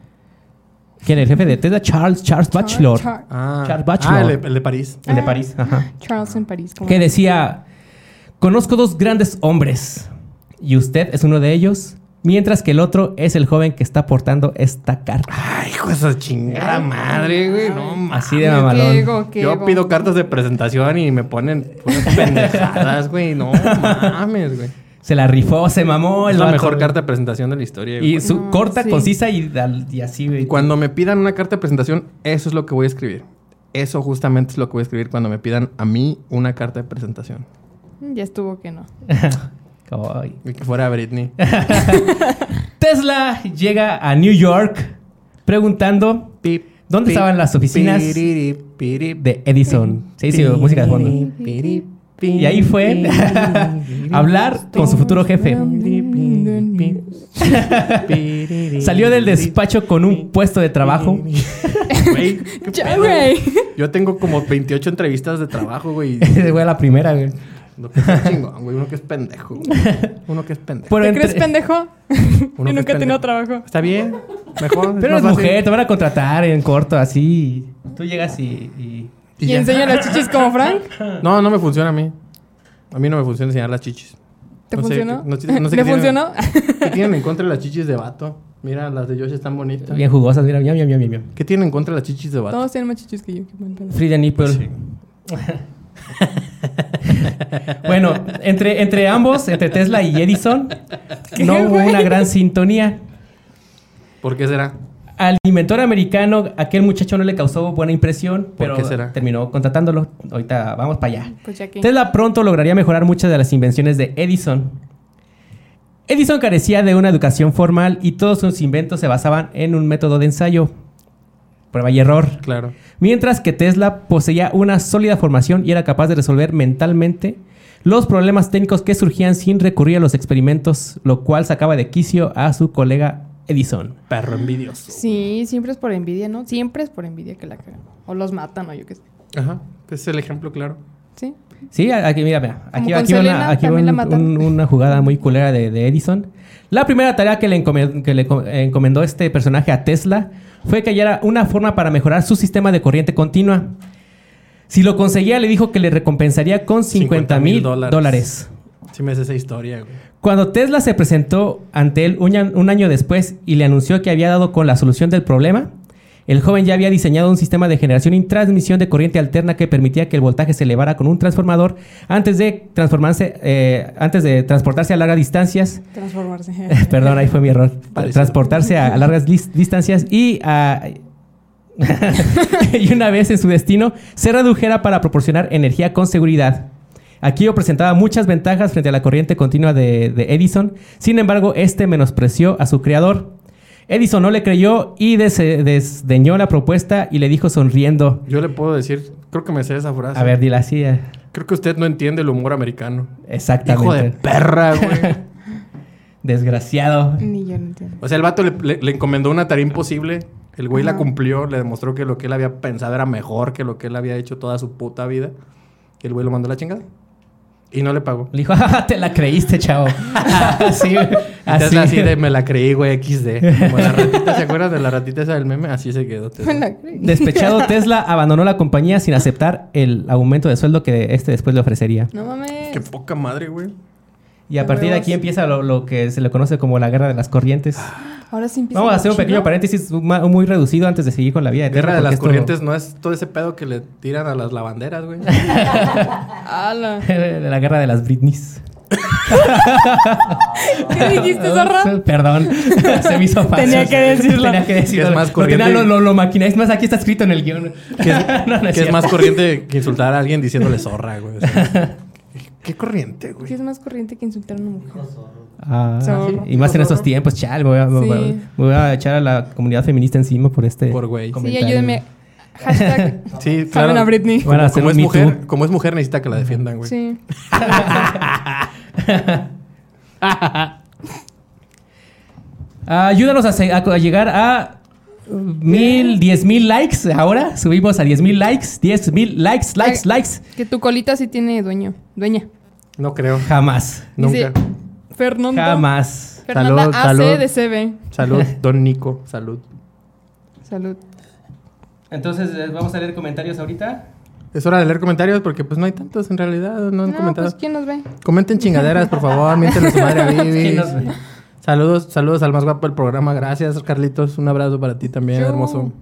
S1: ¿Quién? El jefe de Tesla, Charles, Charles Bachelor.
S2: Char-
S3: Ah,
S1: Charles Bachelor.
S3: ah, el, de- el de París.
S1: El de París. Ajá.
S2: Charles en París. como-
S1: Que decía: Conozco dos grandes hombres. Y usted es uno de ellos. Mientras que el otro es el joven que está portando esta carta.
S3: Ay, hijo de esa chingada madre, güey. No mames.
S1: Así de
S2: Qué
S1: mamalón.
S2: ego, "Ah, qué
S3: Yo
S2: ego.
S3: pido cartas de presentación y me ponen puras pendejadas, güey. No mames, güey.
S1: Se la rifó, se mamó.
S3: Es
S1: el
S3: la
S1: vato,
S3: mejor
S1: güey.
S3: carta de presentación de la historia, güey.
S1: Y su
S2: No,
S1: corta,
S2: sí.
S1: concisa y, al- y así, güey.
S3: Cuando me pidan una carta de presentación, eso es lo que voy a escribir. Eso justamente es lo que voy a escribir cuando me pidan a mí una carta de presentación.
S2: Mm, Ya estuvo que no.
S1: Ay.
S3: Y que fuera Britney.
S1: Tesla llega a New York preguntando
S3: Pip,
S1: ¿Dónde estaban las oficinas
S3: piriri, pirip,
S1: de Edison. Se hizo
S3: piriri,
S1: música de fondo.
S3: pirip,
S1: Y ahí fue a hablar con su futuro jefe.
S3: piriri.
S1: Salió del despacho con un puesto de trabajo.
S3: Güey, qué
S2: Ya,
S3: pedo,
S2: güey.
S3: Yo tengo como 28 entrevistas de trabajo, güey.
S1: Ese fue la primera, güey.
S3: Lo que es chingón, güey. Uno que es pendejo. güey. Uno que es pendejo.
S1: Pero,
S2: ¿Te
S1: entre-
S2: crees pendejo?
S3: Uno
S2: Y nunca
S3: que es
S2: he tenido
S3: pendejo.
S2: trabajo.
S3: Está bien. Mejor.
S1: pero
S3: es
S1: eres
S3: más fácil.
S1: mujer, te van a contratar en corto, así. Tú llegas y... y-
S2: ¿Y,
S3: ya.
S2: enseña las chichis como Frank?
S3: No, no me funciona a mí. A mí no me funciona enseñar las chichis.
S2: ¿Te
S3: No sé,
S2: funcionó?
S3: no sé- no sé
S2: ¿Le
S3: qué tiene.
S2: funcionó?
S3: ¿Qué tienen en contra de las chichis de vato? Mira, las de Josh están bonitas.
S1: Bien jugosas, mira. Miam, miam, miam, miam, miam.
S3: ¿Qué tienen en contra de las chichis de vato?
S2: Todos tienen más chichis que yo. qué mal pedo.
S1: Frida Nipple.
S3: Sí.
S1: Bueno, entre, entre ambos, entre Tesla y Edison,
S2: ¿Qué,
S1: no hubo
S2: güey?
S1: una gran sintonía.
S3: ¿Por qué será?
S1: Al inventor americano, aquel muchacho no le causó buena impresión, pero
S3: qué será?
S1: terminó contratándolo. Ahorita vamos para allá.
S2: Pues ya que.
S1: Tesla pronto lograría mejorar muchas de las invenciones de Edison. Edison carecía de una educación formal y todos sus inventos se basaban en un método de ensayo, prueba y error.
S3: Claro.
S1: Mientras que Tesla poseía una sólida formación y era capaz de resolver mentalmente los problemas técnicos que surgían sin recurrir a los experimentos, lo cual sacaba de quicio a su colega Edison.
S3: Perro envidioso.
S2: Sí, siempre es por envidia, ¿no? Siempre es por envidia que la cagan. O los matan, o yo qué sé.
S3: Ajá. Ese es el ejemplo, claro.
S2: ¿Sí?
S1: Sí, a- aquí, mira, mira. Aquí,
S2: Como con
S1: aquí va
S2: Selena,
S1: una, aquí va
S2: también la
S1: un-
S2: matan.
S1: un- una jugada muy culera de, de Edison. La primera tarea que le, encomen- que le co- encomendó este personaje a Tesla fue que hallara una forma para mejorar su sistema de corriente continua. Si lo conseguía, le dijo que le recompensaría con 50 mil
S3: 50,000
S1: dólares.
S3: Sí me hace esa historia, güey.
S1: Cuando Tesla se presentó ante él un, a- un año después y le anunció que había dado con la solución del problema, el joven ya había diseñado un sistema de generación y transmisión de corriente alterna que permitía que el voltaje se elevara con un transformador antes de transformarse, eh, antes de transportarse a largas distancias.
S2: Transformarse.
S1: Perdón, ahí fue mi error.
S3: Parece.
S1: Transportarse a, a largas lis- distancias y a- y una vez en su destino se redujera para proporcionar energía con seguridad. Aquí presentaba muchas ventajas frente a la corriente continua de, de Edison. Sin embargo, este menospreció a su creador. Edison no le creyó y des- desdeñó la propuesta y le dijo sonriendo.
S3: Yo le puedo decir, creo que me sé esa frase.
S1: A ver, dila así. eh.
S3: Creo que usted no entiende el humor americano.
S1: Exactamente.
S3: Hijo de perra, güey.
S1: Desgraciado.
S2: Ni yo no entiendo.
S3: O sea, el vato le, le- le encomendó una tarea imposible. El güey la
S2: Ajá.
S3: cumplió, le demostró que lo que él había pensado era mejor que lo que él había hecho toda su puta vida. Y el güey lo mandó a la chingada. Y no le pagó.
S1: Le dijo, "Ah, te la creíste, chavo. así, güey.
S3: Así,
S1: así.
S3: así de me la creí, güey, XD. Como la ratita, ¿se acuerdan de la ratita esa del meme? Así se quedó. Tesla.
S1: Despechado, Tesla abandonó la compañía sin aceptar el aumento de sueldo que este después le ofrecería.
S2: No mames.
S3: Qué poca madre, güey.
S1: Y a partir de aquí empieza lo, lo que se le conoce como la guerra de las corrientes.
S2: Ahora sí empieza.
S1: Vamos a
S2: lo
S1: hacer un
S2: chido.
S1: pequeño paréntesis ma- muy reducido antes de seguir con la vida de Tesla.
S3: Guerra de las
S1: porque esto-
S3: corrientes no es todo ese pedo que le tiran a las lavanderas, güey.
S2: ¡Hala!
S1: de la guerra de las Britneys.
S2: ¿Qué dijiste, Zorra?
S1: Perdón, se me hizo fácil.
S2: Tenía que decirlo.
S1: Tenía que decirlo.
S3: Que es más
S1: Lo tenía-
S3: corriente.
S1: Lo, lo, lo maquiné. Es más, aquí está escrito en el guión.
S3: Que es,
S1: No, no es
S3: que es
S1: cierto.
S3: más corriente que insultar a alguien diciéndole zorra, güey. O sea, ¿Qué corriente, güey?
S2: ¿Qué es más corriente que insultar a una mujer?
S1: Ah,
S2: Zorro.
S1: y más en estos tiempos, chal. Voy a, voy a-
S2: Sí.
S1: voy a echar a la comunidad feminista encima por este.
S3: Por güey.
S2: Sí,
S1: comentario.
S2: ayúdenme. Hashtag.
S3: Sí,
S2: Saben a Britney.
S1: Van a
S3: Como,
S1: hacer
S3: como es
S1: un Me
S3: mujer,
S1: Too.
S3: como es mujer, necesita que la defiendan, güey.
S2: Sí.
S1: Ayúdanos a, se- a- a llegar a uh, mil, diez mil likes. Ahora subimos a diez mil likes, diez mil likes, likes,
S2: Ay.
S1: likes.
S2: Que tu colita sí tiene dueño. Dueña.
S3: No creo.
S1: Jamás,
S2: Dice
S3: Nunca.
S2: Fernando.
S1: jamás.
S2: Fernanda
S3: Salud,
S2: AC
S3: salud.
S2: de CB.
S3: Salud, don Nico. Salud.
S2: Salud.
S1: Entonces, eh, vamos a leer comentarios ahorita.
S3: Es hora de leer comentarios porque pues no hay tantos en realidad. No han
S2: No,
S3: comentado.
S2: pues ¿quién nos ve?
S3: Comenten chingaderas, por favor. Miéntenle su madre a Vivi.
S1: ¿Quién nos ve?
S3: Saludos, saludos al más guapo del programa. Gracias, Carlitos. Un abrazo para ti también,
S2: Yo.
S3: hermoso.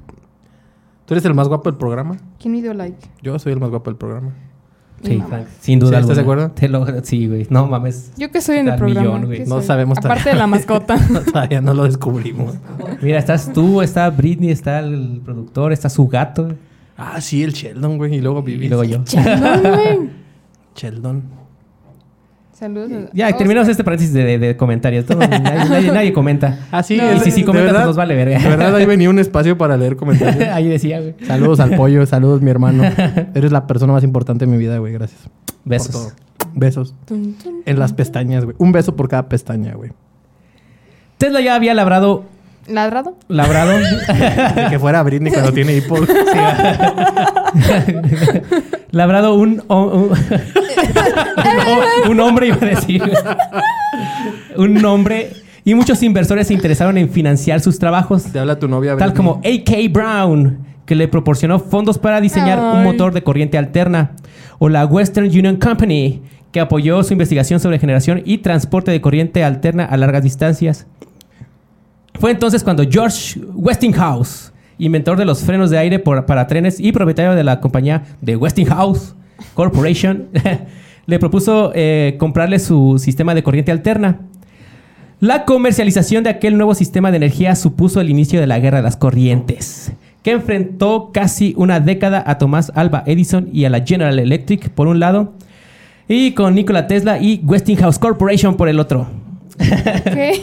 S3: ¿Tú eres el más guapo del programa?
S2: ¿Quién me dio like?
S3: Yo soy el más guapo del programa.
S2: Mi
S1: Sí,
S2: mamá.
S1: Frank, sin duda.
S3: ¿Sí, estás de
S1: alguna.
S3: acuerdo?
S1: Te lo- sí, güey. No mames.
S2: Yo que soy en el
S1: Al
S2: programa.
S1: millón, güey.
S2: ¿Qué
S3: No
S2: soy?
S3: sabemos
S2: Aparte
S3: todavía.
S2: de la mascota.
S3: Todavía no lo descubrimos.
S1: Mira, estás tú, está Britney, está el productor, está su gato
S3: Ah, sí, el Sheldon, güey. Y luego Vivi.
S1: y luego yo.
S2: Chandon, güey.
S3: Sheldon.
S2: Saludos.
S1: Ya,
S2: Oh,
S1: terminamos este paréntesis de, de- de comentarios. Todo- nadie, nadie- nadie comenta.
S3: Ah, sí.
S1: No,
S3: es-
S1: y si sí
S3: de
S1: comentan,
S3: verdad-
S1: pues nos vale verga.
S3: De verdad, ahí venía un espacio para leer comentarios.
S1: Ahí decía, güey.
S3: Saludos al pollo, saludos mi hermano. Eres la persona más importante de mi vida, güey. Gracias. por todo.
S1: Besos.
S3: Besos.
S2: tun, tun.
S3: En las pestañas, güey. Un beso por cada pestaña, güey.
S1: Tesla ya había labrado,
S2: ¿Ladrado?
S1: labrado.
S3: Ni que fuera Britney cuando tiene hipo.
S1: Labrado un, ho- un, un- un hombre, iba a decir. Un hombre. Y muchos inversores se interesaron en financiar sus trabajos,
S3: Te habla tu novia,
S1: tal
S3: Britney.
S1: como A.K. Brown, que le proporcionó fondos para diseñar un
S2: Ay.
S1: motor de corriente alterna, o la Western Union Company, que apoyó su investigación sobre generación y transporte de corriente alterna a largas distancias. Fue entonces cuando George Westinghouse, inventor de los frenos de aire por- para trenes y propietario de la compañía de Westinghouse Corporation, le propuso eh, comprarle su sistema de corriente alterna. La comercialización de aquel nuevo sistema de energía supuso el inicio de la Guerra de las Corrientes, que enfrentó casi una década a Tomás Alba Edison y a la General Electric por un lado, y con Nikola Tesla y Westinghouse Corporation por el otro.
S2: ¿Qué?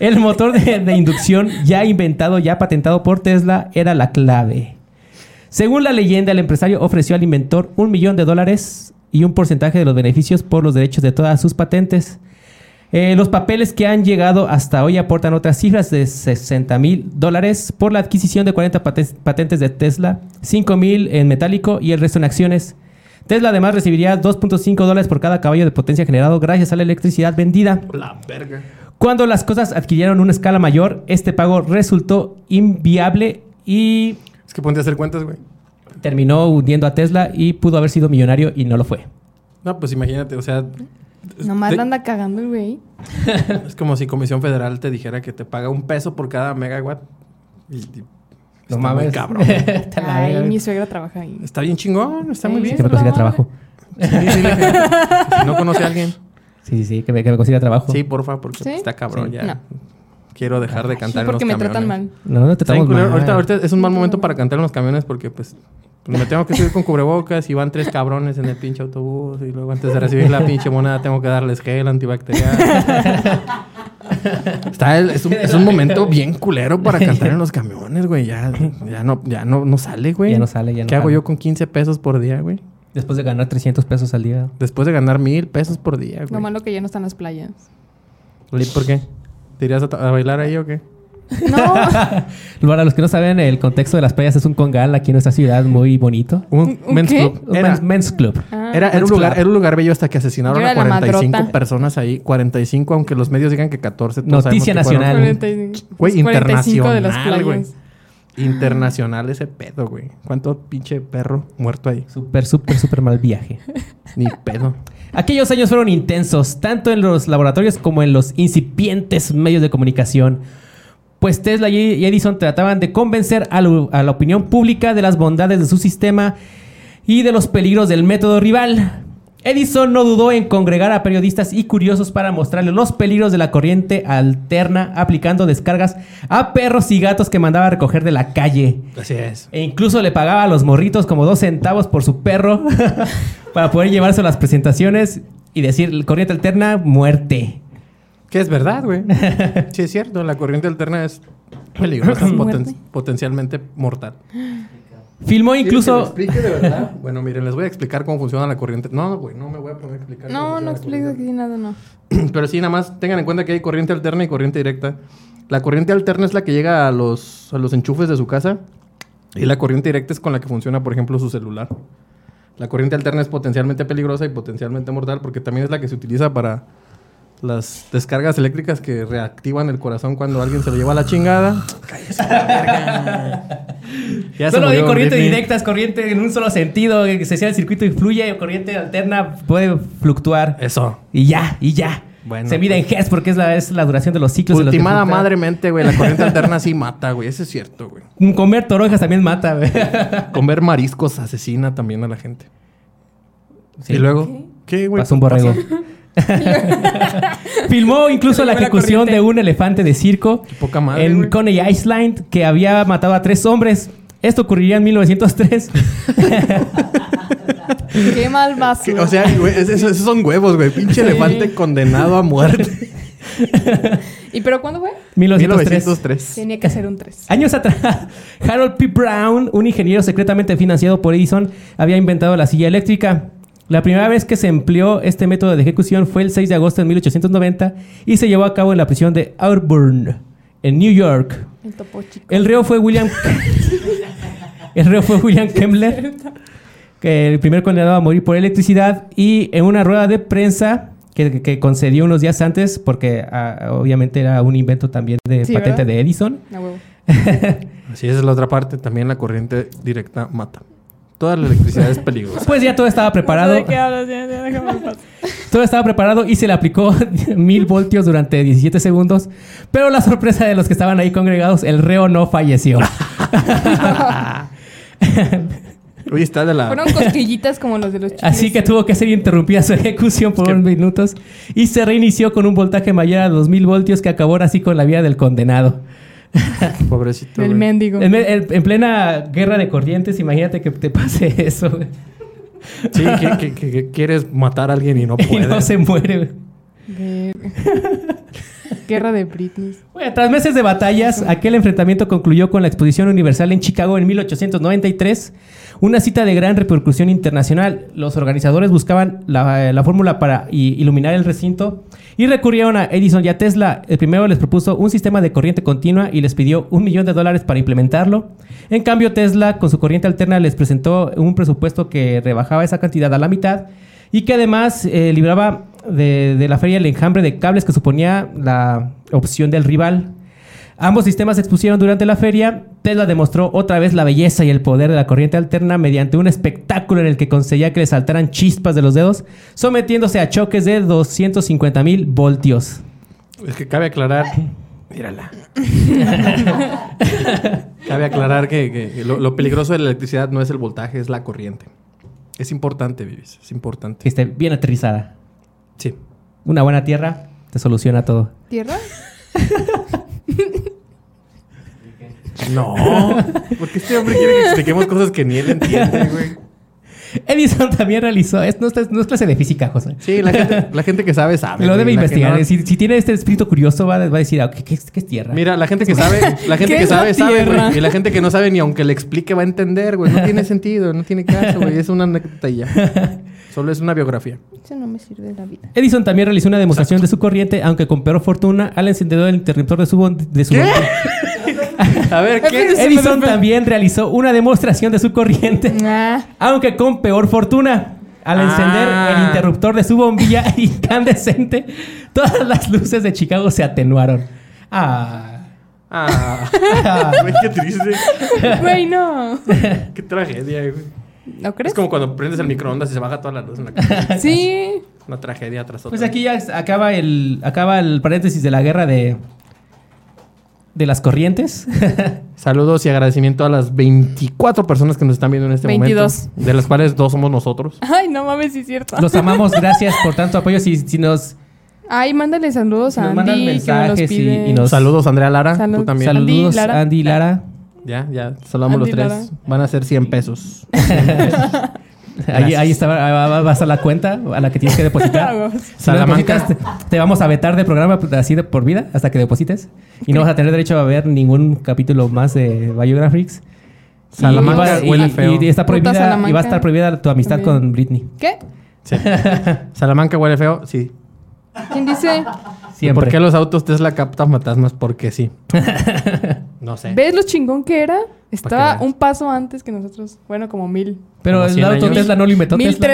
S1: El motor de, de inducción ya inventado, ya patentado por Tesla, era la clave. Según la leyenda, el empresario ofreció al inventor un millón de dólares y un porcentaje de los beneficios por los derechos de todas sus patentes. Eh, los papeles que han llegado hasta hoy aportan otras cifras de 60 mil dólares por la adquisición de 40 paten- patentes de Tesla, 5 mil en metálico y el resto en acciones. Tesla además recibiría 2.5 dólares por cada caballo de potencia generado gracias a la electricidad vendida.
S3: La verga.
S1: Cuando las cosas adquirieron una escala mayor, este pago resultó inviable y
S3: Es que ponte a hacer cuentas, güey.
S1: terminó hundiendo a Tesla y pudo haber sido millonario y no lo fue.
S3: No, pues imagínate, o sea.
S2: Nomás
S3: te-
S2: la anda cagando el güey.
S3: Es como si Comisión Federal te dijera que te paga un peso por cada megawatt. Y, y- está muy cabrón.
S1: Está la
S2: Ay,
S1: verga.
S2: mi suegra trabaja ahí.
S3: Está bien chingón, está muy
S2: Sí.
S3: bien.
S1: Que me consiga
S2: No.
S1: trabajo.
S3: Sí, sí, sí. Si no conoce a alguien.
S1: Sí, sí, sí, que me, que me consiga trabajo.
S3: Sí, porfa, porque
S2: ¿Sí?
S3: está cabrón
S1: Sí.
S3: ya.
S2: No.
S3: Quiero dejar de
S2: Sí,
S3: cantar
S2: porque
S3: en
S2: me
S3: los
S2: tratan
S3: camiones.
S2: mal.
S1: No, no te
S3: Está bien
S1: estamos
S3: culero.
S1: mal.
S3: Ahorita, ahorita es un mal momento para cantar en los camiones porque pues me tengo que subir con cubrebocas y van tres cabrones en el pinche autobús y luego antes de recibir la pinche moneda tengo que darles gel antibacterial. Está el- es, un, es un momento bien culero para cantar en los camiones, güey. Ya, ya, no, ya no, no sale, güey.
S1: Ya no sale, ya no
S3: ¿Qué hago
S1: jala.
S3: yo con 15 pesos por día, güey?
S1: Después de ganar 300 pesos al día.
S3: Después de ganar mil pesos por día,
S2: Lo
S3: güey.
S2: malo que ya no están las playas.
S3: Lip, ¿Por qué? ¿Te irías a, ta- a bailar ahí o qué?
S2: No,
S1: Para los que no saben, el contexto de las playas es un congal aquí en nuestra ciudad muy bonito.
S3: Un
S2: ¿Un
S3: men's
S2: qué?
S3: club.
S1: Un
S3: Era-
S1: men's, men's club.
S3: Era, era un lugar, era un lugar bello hasta que asesinaron
S2: Ah. Yo
S3: a
S2: era la
S3: 45
S2: madrota.
S3: personas ahí. 45, aunque los medios digan que 14. todos
S1: Noticia
S3: sabemos que fueron
S1: nacional.
S2: 45.
S3: Güey,
S2: 45 de las
S3: internacional, güey.
S2: playas.
S3: Internacional ese pedo, güey. ¿Cuánto pinche perro muerto ahí?
S1: Súper, súper, súper mal viaje.
S3: Ni pedo.
S1: Aquellos años fueron intensos, tanto en los laboratorios como en los incipientes medios de comunicación. Pues Tesla y y Edison trataban de convencer a, lo- a la opinión pública de las bondades de su sistema y de los peligros del método rival. Edison no dudó en congregar a periodistas y curiosos para mostrarle los peligros de la corriente alterna, aplicando descargas a perros y gatos que mandaba a recoger de la calle.
S3: Así es.
S1: E incluso le pagaba a los morritos como dos centavos por su perro para poder llevarse a las presentaciones y decir corriente alterna, muerte.
S3: Que es verdad, güey. sí, es cierto. La corriente alterna es peligrosa, poten-
S2: Muerte.
S3: potencialmente mortal.
S1: Filmó incluso.
S3: explique de verdad? bueno, miren, les voy a explicar cómo funciona la corriente. No, güey, no me voy a poner a explicar.
S2: No, no explico aquí nada, no.
S3: Pero sí, nada más tengan en cuenta que hay corriente alterna y corriente directa. La corriente alterna es la que llega a los, a los enchufes de su casa y la corriente directa es con la que funciona, por ejemplo, su celular. La corriente alterna es potencialmente peligrosa y potencialmente mortal porque también es la que se utiliza para las descargas eléctricas que reactivan el corazón cuando alguien se lo lleva a la chingada. Ya se
S1: Solo di
S3: murió,
S1: corriente
S3: Britney.
S1: directa, es corriente en un solo sentido, que se cierra el circuito y fluye, corriente alterna puede fluctuar.
S3: Eso.
S1: Y ya, y ya.
S3: Bueno, pues.
S1: se mide en hertz porque es la, es la duración de los ciclos. en los que
S3: Ultimada
S1: fluctúa.
S3: madremente, güey. La corriente alterna sí mata, güey. Eso es cierto, güey.
S1: Comer toronjas también mata. güey.
S3: Comer mariscos asesina también a la gente.
S1: Sí.
S3: Y luego, ¿qué, güey?
S1: Pasó un borrego. Filmó incluso la
S2: Llegó la
S1: ejecución de
S2: corriente.
S1: un elefante de circo
S3: poca madre,
S1: en
S3: güey.
S1: Coney Island que había matado a tres hombres. Esto ocurriría en 1903.
S2: Qué mal vas.
S3: Que, O sea, güey, es- esos esos son huevos, güey. Pinche elefante condenado a muerte.
S2: ¿Y pero cuándo fue?
S1: 1903.
S3: 1903.
S2: Tenía que hacer un 3.
S1: Años atrás, Harold P. Brown, un ingeniero secretamente financiado por Edison, había inventado la silla eléctrica. La primera vez que se empleó este método de ejecución fue el 6 de agosto de 1890 y se llevó a cabo en la prisión de Auburn, en New York.
S2: El topo chico.
S1: El reo fue William. el reo fue William Kemmler, que el primer condenado a morir por electricidad. Y en una rueda de prensa que, que concedió unos días antes, porque ah, obviamente era un invento también de
S2: Sí,
S1: patente
S2: ¿verdad?
S1: de Edison.
S2: A huevo.
S3: Así es, la otra parte. También la corriente directa mata. Toda la electricidad es peligrosa.
S1: Pues ya todo estaba
S2: No
S1: preparado.
S2: sé de qué hablas, ya, ya, déjame en paz.
S1: Todo estaba preparado y se le aplicó mil voltios durante 17 segundos. Pero la sorpresa de los que estaban ahí congregados, el reo no falleció.
S3: Oye, está de la.
S2: Fueron cosquillitas como los de los chicos.
S1: Así que tuvo que ser interrumpida su ejecución por
S3: Es que-
S1: unos minutos y se reinició con un voltaje mayor a 2000 voltios que acabó ahora sí con la vida del condenado.
S3: Pobrecito.
S2: Del
S3: güey.
S2: mendigo.
S1: En, me- en- en plena guerra de corrientes, imagínate que te pase eso güey.
S3: Sí, que, que- que- que quieres matar a alguien y no
S1: y
S3: puedes.
S1: no se muere. güey.
S2: Verga. Guerra de Britney.
S1: Bueno, tras meses de batallas, aquel enfrentamiento concluyó con la Exposición Universal en Chicago en 1893, una cita de gran repercusión internacional. Los organizadores buscaban la, la fórmula para i- iluminar el recinto Y recurrieron a Edison y a Tesla. El primero les propuso un sistema de corriente continua y les pidió un millón de dólares para implementarlo. En cambio, Tesla, con su corriente alterna, les presentó un presupuesto que rebajaba esa cantidad a la mitad y que además eh, libraba de, de la feria el enjambre de cables que suponía la opción del rival. Ambos sistemas se expusieron durante la feria. Tesla demostró otra vez la belleza y el poder de la corriente alterna mediante un espectáculo en el que conseguía que le saltaran chispas de los dedos, sometiéndose a choques de 250 mil voltios.
S3: Es que cabe aclarar. Mírala. cabe aclarar que, que- que lo, lo peligroso de la electricidad no es el voltaje, es la corriente. Es importante, Vivis. Es
S1: Que
S3: importante.
S1: esté Este, bien aterrizada.
S3: Sí.
S1: Una buena tierra te soluciona todo.
S2: ¿Tierra?
S3: No. Porque este hombre quiere que expliquemos cosas que ni él entiende, güey.
S1: Edison también realizó. Es, no, es- no es clase de física, José.
S3: Sí, la gente, la gente que sabe, sabe.
S1: Lo
S3: güey.
S1: debe
S3: La que
S1: investigar.
S3: no-
S1: Si, si tiene este espíritu curioso, va, va a decir, ah, ¿qué, qué, es- qué es tierra?
S3: Mira, la gente que sabe, la gente
S2: ¿Qué
S3: que
S2: es la
S3: sabe, sabe,
S2: Tierra?
S3: güey. Y la gente que no sabe, ni aunque le explique, va a entender, güey. No tiene sentido, no tiene caso, güey. Es una anécdota y ya. Solo es una biografía.
S2: Eso no me sirve de la vida.
S1: Edison también realizó una demostración de su corriente, aunque con peor fortuna, al encendedor del interruptor de su... bon- De su bondi-
S3: A ver, ¿qué?
S1: Edison también realizó una demostración de su corriente,
S2: Ah,
S1: aunque con peor fortuna. Al
S3: Ah.
S1: encender el interruptor de su bombilla incandescente, todas las luces de Chicago se atenuaron. Ah.
S3: Ah, güey, qué triste.
S2: güey, no.
S3: Qué tragedia, güey.
S2: ¿No crees?
S3: Es como cuando prendes el microondas y se baja toda la luz en la casa.
S2: Sí.
S3: Una tragedia tras otra.
S1: Pues aquí ya acaba el, acaba el paréntesis de la guerra de, de las corrientes.
S3: Saludos y agradecimiento a las 24 personas que nos están viendo en este
S2: 22.
S3: momento. De las cuales dos somos nosotros.
S2: Ay, no mames, sí es cierto.
S1: Los amamos, gracias por tanto apoyo. Si, si nos
S2: Ay, mándale saludos a
S1: Nos
S2: Andy.
S1: mandan
S2: que me los
S1: mensajes y-
S2: pide.
S1: y nos-
S3: Saludos, Andrea Lara.
S2: Salud.
S3: Tú también.
S2: Salud.
S1: saludos, Andy,
S2: Lara.
S1: y Lara.
S3: Ya, ya. Saludamos
S2: Andy
S3: los tres.
S2: Lara.
S3: Van a ser 100 pesos.
S1: Ahí,
S3: Gracias.
S1: ahí está, va- va- vas a la cuenta a la que tienes que depositar. Si no
S3: Salamanca.
S1: depositas, te- te vamos a vetar de programa pues, así de por vida hasta que deposites. Y no vas a tener derecho a ver ningún capítulo más de Biographics. Y-
S3: Salamanca
S1: y, va- y-
S3: huele feo.
S1: y está
S2: Puta
S1: prohibida y va
S2: Salamanca.
S1: a estar prohibida tu amistad
S2: También.
S1: con Britney.
S2: ¿Qué?
S3: Sí. Salamanca huele feo, sí.
S2: ¿Quién dice?
S1: Siempre.
S3: ¿Por qué los autos Tesla captan fantasmas? Porque sí. No sé.
S2: ¿Ves lo chingón que era? Estaba
S3: veas.
S2: un paso antes que nosotros. Bueno, como mil.
S1: Pero
S3: Como
S1: el
S3: 100
S1: auto
S3: años.
S1: Tesla no lo inventó
S2: Mil
S1: Tesla.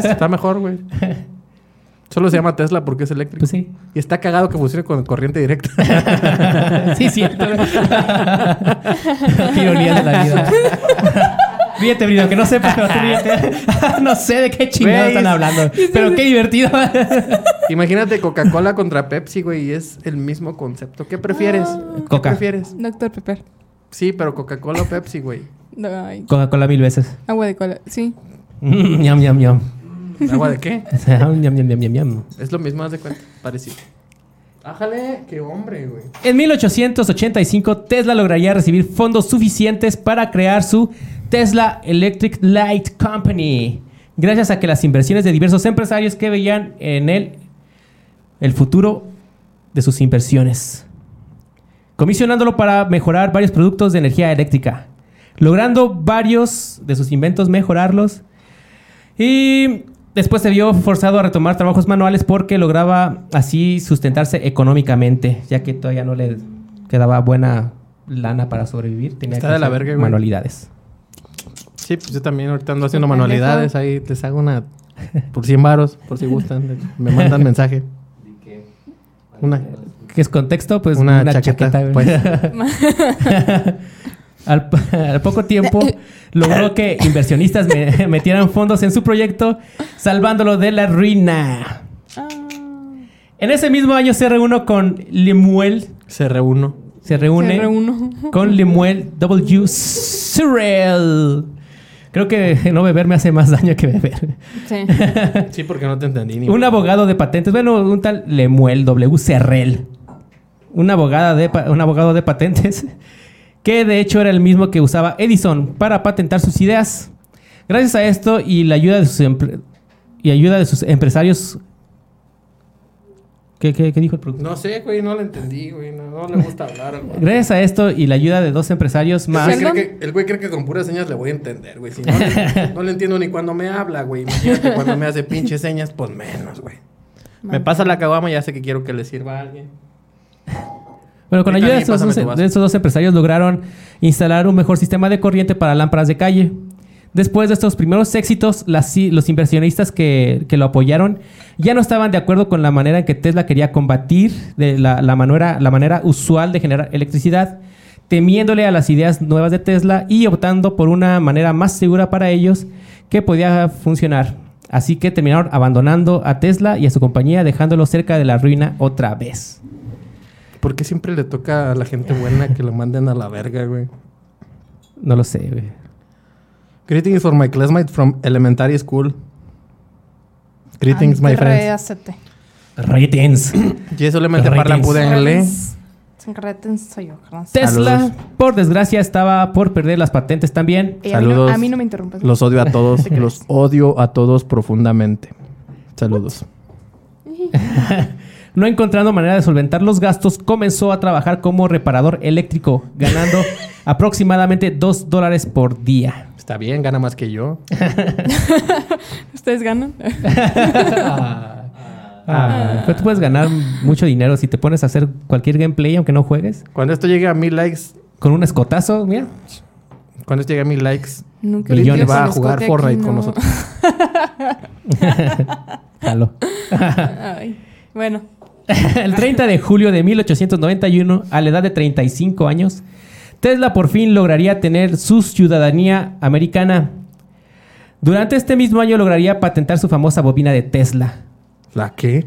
S2: pasos.
S3: Está mejor, güey. Solo se llama Tesla porque es eléctrico.
S1: Pues sí.
S3: Y está cagado que funcione con corriente directa.
S1: sí, cierto. Qué ironía de la vida. ríete, Brito, que no sé, pero tú ríete. no sé de qué chingados
S3: Güey,
S1: están hablando. Pero qué divertido.
S3: Imagínate Coca-Cola contra Pepsi, güey, y es el mismo concepto. ¿Qué prefieres?
S2: Ah.
S3: ¿Qué
S1: Coca.
S3: prefieres?
S2: Doctor Pepper.
S3: Sí, pero Coca-Cola o Pepsi, güey.
S2: No, ay,
S1: Coca-Cola mil veces.
S2: Agua de cola. Sí.
S1: Mm, Ñam, ñam, ñam.
S3: ¿Agua de qué?
S1: Ñam, ñam, ñam, ñam, ñam.
S3: Es lo mismo, haz de cuenta. Parecido. Ájale, qué hombre, güey.
S1: En 1885, Tesla lograría recibir fondos suficientes para crear su Tesla Electric Light Company, gracias a que las inversiones de diversos empresarios que veían en él el futuro de sus inversiones, comisionándolo para mejorar varios productos de energía eléctrica, logrando varios de sus inventos mejorarlos y después se vio forzado a retomar trabajos manuales porque lograba así sustentarse económicamente, ya que todavía no le quedaba buena lana para sobrevivir. Tenía
S3: Está
S1: que
S3: de la
S1: hacer
S3: verga, güey.
S1: manualidades.
S3: Sí, pues yo también ahorita ando haciendo manualidades. Ahí les hago una por 100 varos, por si gustan. Me mandan mensaje. Una,
S1: ¿Qué es contexto? Pues
S3: una, chaqueta,
S1: güey.
S3: pues.
S2: Ah,
S1: Al, po- al poco tiempo logró que inversionistas me- metieran fondos en su proyecto, salvándolo de la ruina.
S2: Ah.
S1: En ese mismo año se reunió con Lemuel,
S3: Se reúno.
S1: se reúne
S2: Se reúno.
S1: con Lemuel W. Sorrell. Creo que no beber me hace más daño que beber.
S2: Sí.
S3: Sí, porque no te entendí ni.
S1: Un abogado de patentes, bueno, un tal Lemuel W. Serrell. Una abogada de pa- un abogado de patentes que de hecho era el mismo que usaba Edison para patentar sus ideas. Gracias a esto y la ayuda de sus empre- y ayuda de sus empresarios ¿Qué, qué- qué dijo el productor?
S3: No sé, güey, no lo entendí, güey. No, no le gusta hablar. güey.
S1: Gracias a esto y la ayuda de dos empresarios
S3: El
S1: más
S3: güey, Pues cree que, el güey cree que con puras señas le voy a entender, güey. Si no, le- no le entiendo ni cuando me habla, güey. Imagínate cuando me hace pinches señas, pues menos, güey.
S2: Manzana.
S3: Me pasa la caguama y ya sé que quiero que le sirva a alguien.
S1: Bueno, con
S3: Ahorita
S1: ayuda de
S3: bien,
S1: estos,
S3: pásame
S1: dos,
S3: tu vaso.
S1: de estos dos empresarios lograron instalar un mejor sistema de corriente para lámparas de calle. Después de estos primeros éxitos, las i- los inversionistas que, que lo apoyaron ya no estaban de acuerdo con la manera en que Tesla quería combatir de la, la manera, la manera usual de generar electricidad, temiéndole a las ideas nuevas de Tesla y optando por una manera más segura para ellos que podía funcionar. Así que terminaron abandonando a Tesla y a su compañía, dejándolo cerca de la ruina otra vez.
S3: ¿Por qué siempre le toca a la gente buena que lo manden a la verga, güey?
S1: No lo sé, güey.
S3: Greetings for my classmate from elementary school. Greetings, my friends.
S4: Réasete.
S1: Ratings.
S3: Yo solamente
S1: Greetings.
S3: parlan pude en le.
S4: Rétense, soy yo, gracias.
S1: Tesla,
S3: Saludos.
S1: por desgracia, estaba por perder las patentes también.
S2: Eh, a mí no-
S3: Saludos.
S2: A mí no me interrumpas.
S3: Los odio a todos. los odio a todos profundamente. Saludos.
S1: No encontrando manera de solventar los gastos, comenzó a trabajar como reparador eléctrico, ganando aproximadamente 2 dólares por día.
S3: Está bien, gana más que yo.
S2: ¿Ustedes ganan?
S1: Ah, pero tú puedes ganar mucho dinero si te pones a hacer cualquier gameplay, aunque no juegues.
S3: Cuando esto llegue a mil likes,
S1: Con un escotazo, mira.
S3: cuando esto llegue a mil likes,
S2: Nunca
S1: Brillones.
S2: les dio
S3: Brion va a
S2: con
S3: jugar
S2: escote aquí,
S3: Fortnite con
S2: no.
S3: nosotros.
S1: Jalo.
S2: Ay, bueno,
S1: El 30 de julio de 1891, a la edad de 35 años, Tesla por fin lograría tener su ciudadanía americana. Durante este mismo año lograría patentar su famosa bobina de Tesla.
S3: ¿La qué?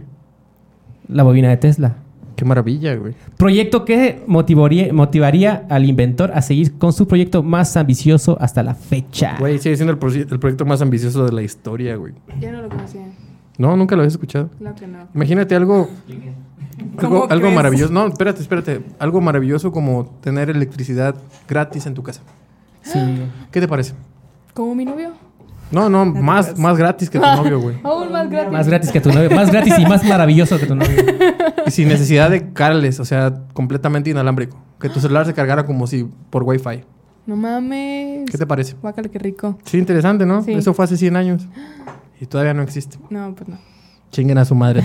S1: La bobina de Tesla.
S3: Qué maravilla, güey.
S1: Proyecto que motivaría, motivaría al inventor a seguir con su proyecto más ambicioso hasta la fecha.
S3: Güey, sigue siendo el, proye- el proyecto más ambicioso de la historia, güey.
S2: yo no lo conocía.
S3: No, nunca lo habías escuchado.
S2: Claro que no.
S3: Imagínate algo.
S2: ¿Cómo
S3: Algo, algo
S2: crees?
S3: maravilloso. No, espérate, espérate. Algo maravilloso como tener electricidad gratis en tu casa.
S1: Sí.
S3: ¿Qué te parece?
S2: ¿Como mi novio?
S3: No, no, más, más gratis que tu novio, güey.
S2: Aún más gratis.
S1: Ah, Más gratis que tu novio. Más gratis y más maravilloso que tu novio.
S3: Y sin necesidad de carles, o sea, completamente inalámbrico. Que tu celular se cargara como si por wifi.
S2: No mames.
S3: ¿Qué te parece?
S2: Guácala, qué rico.
S3: Sí, interesante, ¿no?
S2: Sí.
S3: Eso fue hace 100 años. Y todavía no existe.
S2: No, pues no.
S3: Chinguen a su madre.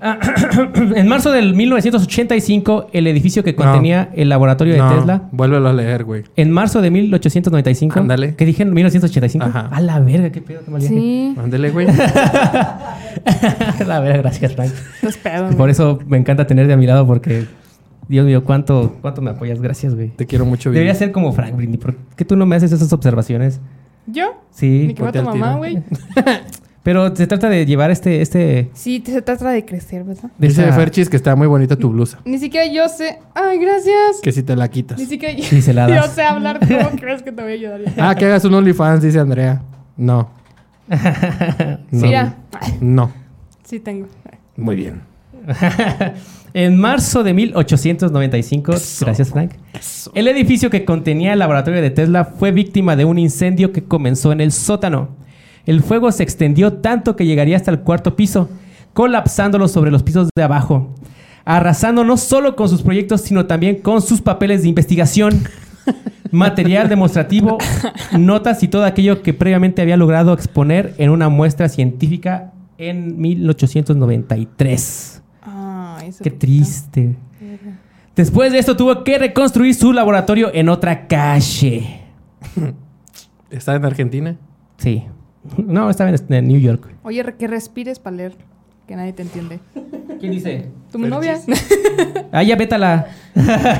S1: En marzo del 1985, el edificio que
S3: No.
S1: contenía el laboratorio de
S3: No,
S1: Tesla
S3: Vuélvelo a leer, güey.
S1: En marzo de 1895.
S3: Ándale.
S1: ¿Qué dije en 1985?
S3: Ajá.
S1: A la verga, qué pedo, qué mal viaje.
S2: Sí,
S3: Ándele, güey.
S1: A la verga, gracias, Frank.
S2: los pedos.
S1: Por eso me encanta tenerte a mi lado porque, Dios mío, cuánto, cuánto me apoyas. Gracias, güey.
S3: Te quiero mucho,
S1: Debería
S3: bien.
S1: ser como Frank Brindy. ¿Por qué tú no me haces esas observaciones?
S2: ¿Yo? Ni
S1: Sí.
S2: que va
S3: ponte
S2: tu
S3: al tiro.
S2: mamá, güey.
S1: Pero se trata de llevar este... este
S2: Sí, te- se trata de crecer, ¿verdad?
S1: de
S3: Dice
S1: esa-
S3: Ferchis que está muy bonita tu blusa.
S2: Ni siquiera yo sé. Ay, gracias.
S3: Que si te la quitas.
S2: Ni siquiera yo,
S1: Sí, se la
S2: yo
S1: das.
S2: sé hablar. ¿Cómo crees que te voy a ayudar? yo?
S3: Ah, que hagas un OnlyFans, dice Andrea. No. No,
S2: Mira.
S3: güey. No.
S2: Sí, tengo.
S3: Muy bien.
S1: En marzo de 1895, gracias Frank, el edificio que contenía el laboratorio de Tesla fue víctima de un incendio que comenzó en el sótano. El fuego se extendió tanto que llegaría hasta el cuarto piso, colapsándolo sobre los pisos de abajo, arrasando no solo con sus proyectos, sino también con sus papeles de investigación, material demostrativo, notas y todo aquello que previamente había logrado exponer en una muestra científica en 1893.
S2: Ay, eso
S1: Qué
S2: pica.
S1: triste. Después de esto tuvo que reconstruir su laboratorio en otra calle.
S3: ¿Está en Argentina?
S1: Sí. No, estaba en, en New York.
S2: Oye, re- que respires para leer. Que nadie te entiende.
S1: ¿Quién dice?
S2: ¿Tu
S3: Pero
S2: novia?
S1: Ah, ya vétala.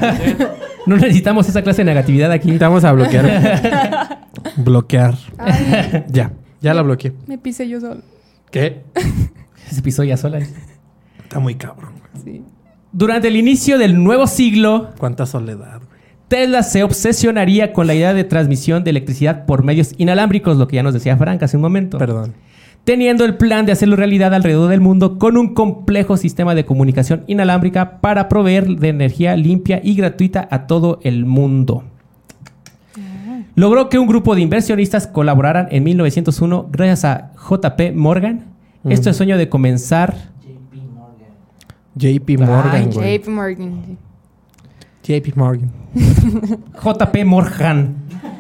S1: no necesitamos esa clase de negatividad aquí.
S3: Te vamos a bloquear. bloquear.
S2: Ay,
S3: Ya. Ya la bloqueé.
S2: me pisé yo sola.
S3: ¿Qué?
S1: Se pisó ya sola.
S3: Está muy cabrón, güey.
S2: Sí.
S1: Durante el inicio del nuevo siglo,
S3: Cuánta soledad, güey.
S1: Tesla se obsesionaría con la idea de transmisión de electricidad por medios inalámbricos, lo que ya nos decía Frank hace un momento.
S3: Perdón.
S1: teniendo el plan de hacerlo realidad alrededor del mundo con un complejo sistema de comunicación inalámbrica para proveer de energía limpia y gratuita a todo el mundo. Logró que un grupo de inversionistas colaboraran en 1901 gracias a JP Morgan. Esto es sueño de comenzar.
S3: JP
S2: Ay,
S3: Morgan, güey.
S2: JP Morgan. sí.
S3: JP Morgan.
S1: JP Morgan.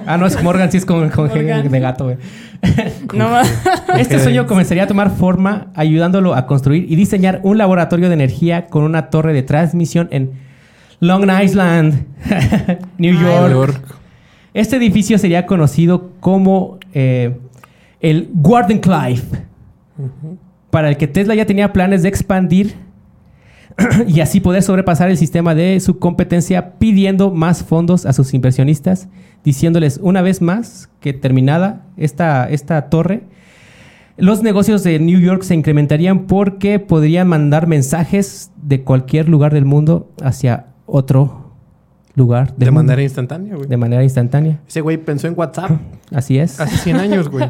S1: Ah, no, es Morgan, sí es con, con G
S5: Morgan.
S1: de gato, güey.
S2: No más.
S1: Este
S6: Ok.
S1: sueño comenzaría a tomar forma ayudándolo a construir y diseñar un laboratorio de energía con una torre de transmisión en Long Island, Ah, New
S2: Ay,
S1: York. Este edificio sería conocido como eh, el Wardenclyde, para el que Tesla ya tenía planes de expandir y así poder sobrepasar el sistema de su competencia pidiendo más fondos a sus inversionistas, diciéndoles una vez más que terminada esta, esta torre, los negocios de New York se incrementarían porque podrían mandar mensajes de cualquier lugar del mundo hacia otro lugar del
S3: De
S1: mundo.
S3: manera instantánea, güey.
S1: de manera instantánea.
S3: Ese güey pensó en WhatsApp
S1: Así es.
S3: hace 100 años, güey.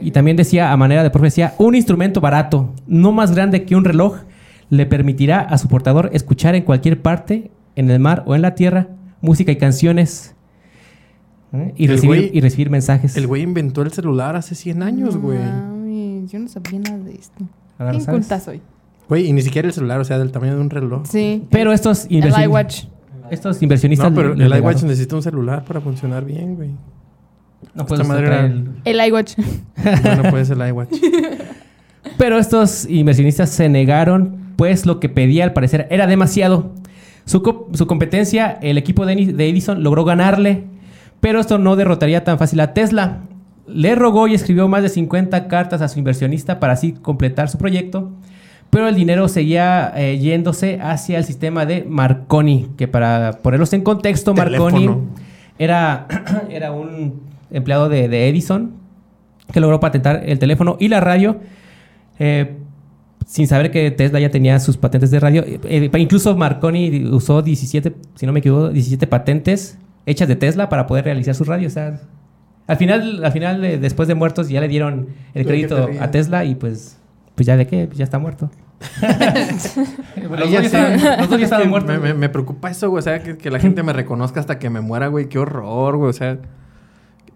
S1: Y también decía, a manera de profecía, un instrumento barato, no más grande que un reloj, le permitirá a su portador escuchar en cualquier parte, en el mar o en la tierra, música y canciones. ¿eh? Y,
S3: El
S1: recibir,
S3: güey-
S1: y recibir mensajes.
S3: El güey inventó el celular hace 100 años, güey.
S2: Mami, yo no sabía nada de esto.
S1: Ahora
S5: Qué
S1: lo sabes.
S5: inculta soy.
S3: Güey, y ni siquiera el celular, o sea, del tamaño de un reloj.
S2: Sí.
S1: Pero estos,
S2: el
S1: inversionistas-
S2: iWatch.
S1: estos inversionistas...
S3: No, pero
S1: le- le
S3: el iWatch
S1: regalaron.
S3: necesita un celular para funcionar bien, güey.
S1: No puedes
S3: madre
S1: traer
S3: era-
S1: el-
S2: El iWatch.
S3: Bueno, puede ser el iWatch.
S1: Pero estos inversionistas se negaron, pues lo que pedía al parecer era demasiado. Su, co- su competencia, el equipo de, Eni- de Edison, logró ganarle, pero esto no derrotaría tan fácil a Tesla. Le rogó y escribió más de 50 cartas a su inversionista para así completar su proyecto, pero el dinero seguía eh, yéndose hacia el sistema de Marconi, que para ponerlos en contexto, Marconi
S3: Teléfono.
S1: era, era un empleado de- de Edison que logró patentar el teléfono y la radio. Eh, sin saber que Tesla ya tenía sus patentes de radio. Eh, eh, incluso Marconi usó 17, si no me equivoco, 17 patentes hechas de Tesla para poder realizar su radio. O sea, al final, al final eh, después de muertos, ya le dieron el
S3: ¿De qué te
S1: crédito
S3: ríes?
S1: a Tesla y pues, pues ya de qué, pues ya está muerto. los, dos ya
S3: Ahí
S1: estaban,
S3: está.
S1: los dos ya estaban
S3: Me-
S1: muertos.
S3: Me, me preocupa eso, güey. O sea, que, que la gente me reconozca hasta que me muera, güey. Qué horror, güey. O sea,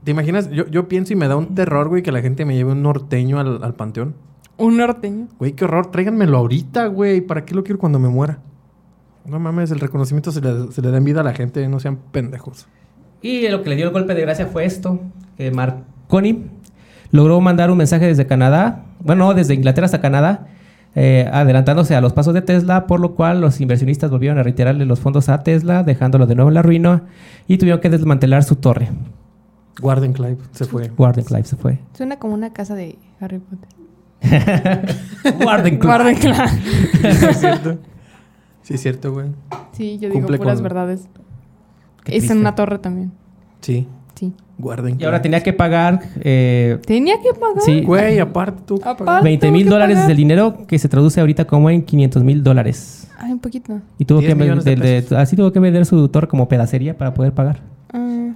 S3: ¿te imaginas? Yo, yo pienso y me da un terror, güey, que la gente me lleve un norteño al, al panteón.
S2: Un norteño.
S3: Güey, qué horror. Tráiganmelo ahorita, güey. ¿Para qué lo quiero cuando me muera? No mames, el reconocimiento se le, se le da en vida a la gente. No sean pendejos.
S1: Y lo que le dio el golpe de gracia fue esto, que Marconi logró mandar un mensaje desde Canadá, bueno, no, desde Inglaterra hasta Canadá, eh, adelantándose a los pasos de Tesla, por lo cual los inversionistas volvieron a retirarle los fondos a Tesla, dejándolo de nuevo en la ruina y tuvieron que desmantelar su torre.
S3: Guarden, Clive. Se fue.
S1: Wardenclyde se fue.
S2: Suena como una casa de Harry Potter.
S1: Wardenclyde.
S2: Guarden claro.
S3: sí, es cierto. Sí, es cierto, güey.
S2: Sí, yo
S3: Cumple
S2: digo puras
S3: con-
S2: verdades.
S1: Qué
S2: Es
S1: triste.
S2: en una torre también.
S3: Sí.
S2: Sí.
S3: Guarden.
S1: Y ahora tenía que pagar eh,
S2: Tenía que pagar.
S1: Sí.
S3: Güey, aparte tú.
S2: Aparte.
S1: 20 mil
S2: tengo que
S1: dólares
S2: pagar.
S1: del dinero que se traduce ahorita como en 500 mil dólares.
S2: Ay, un poquito.
S1: Y tuvo
S3: 10
S1: que,
S3: millones de
S1: vender- de-
S3: pesos.
S1: así tuvo que vender su torre como pedacería para poder pagar.
S2: Ah,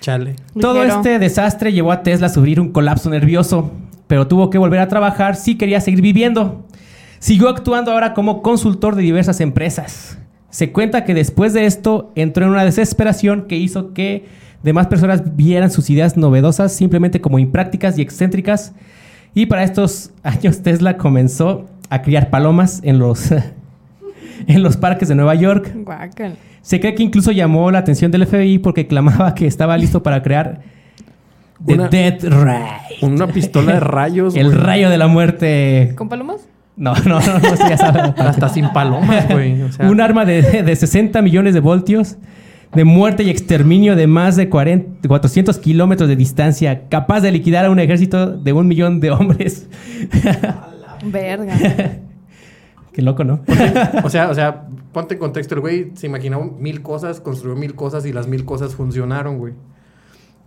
S3: Chale.
S1: Todo
S2: ligero.
S1: este desastre llevó a Tesla a sufrir un colapso nervioso, pero tuvo que volver a trabajar si quería seguir viviendo. Siguió actuando ahora como consultor de diversas empresas. Se cuenta que después de esto entró en una desesperación que hizo que demás personas vieran sus ideas novedosas simplemente como imprácticas y excéntricas. Y para estos años Tesla comenzó a criar palomas en los, en los parques de Nueva York.
S2: Guácala.
S1: Se cree que incluso llamó la atención del FBI porque clamaba que estaba listo para crear The
S3: Una-
S1: Death Ray.
S3: Una pistola de rayos.
S1: El
S3: güey.
S1: rayo de la muerte.
S2: ¿Con palomas?
S1: No, no, no, no, eso ya sabes.
S3: Hasta sin palomas, güey. O sea,
S1: Un arma de, de 60 millones de voltios de muerte y exterminio de más de 40 400 kilómetros de distancia, capaz de liquidar a un ejército de un millón de hombres.
S2: Verga.
S1: Qué loco, ¿no?
S3: O sea, o sea, ponte en contexto, el güey se imaginó mil cosas, construyó mil cosas y las mil cosas funcionaron, güey.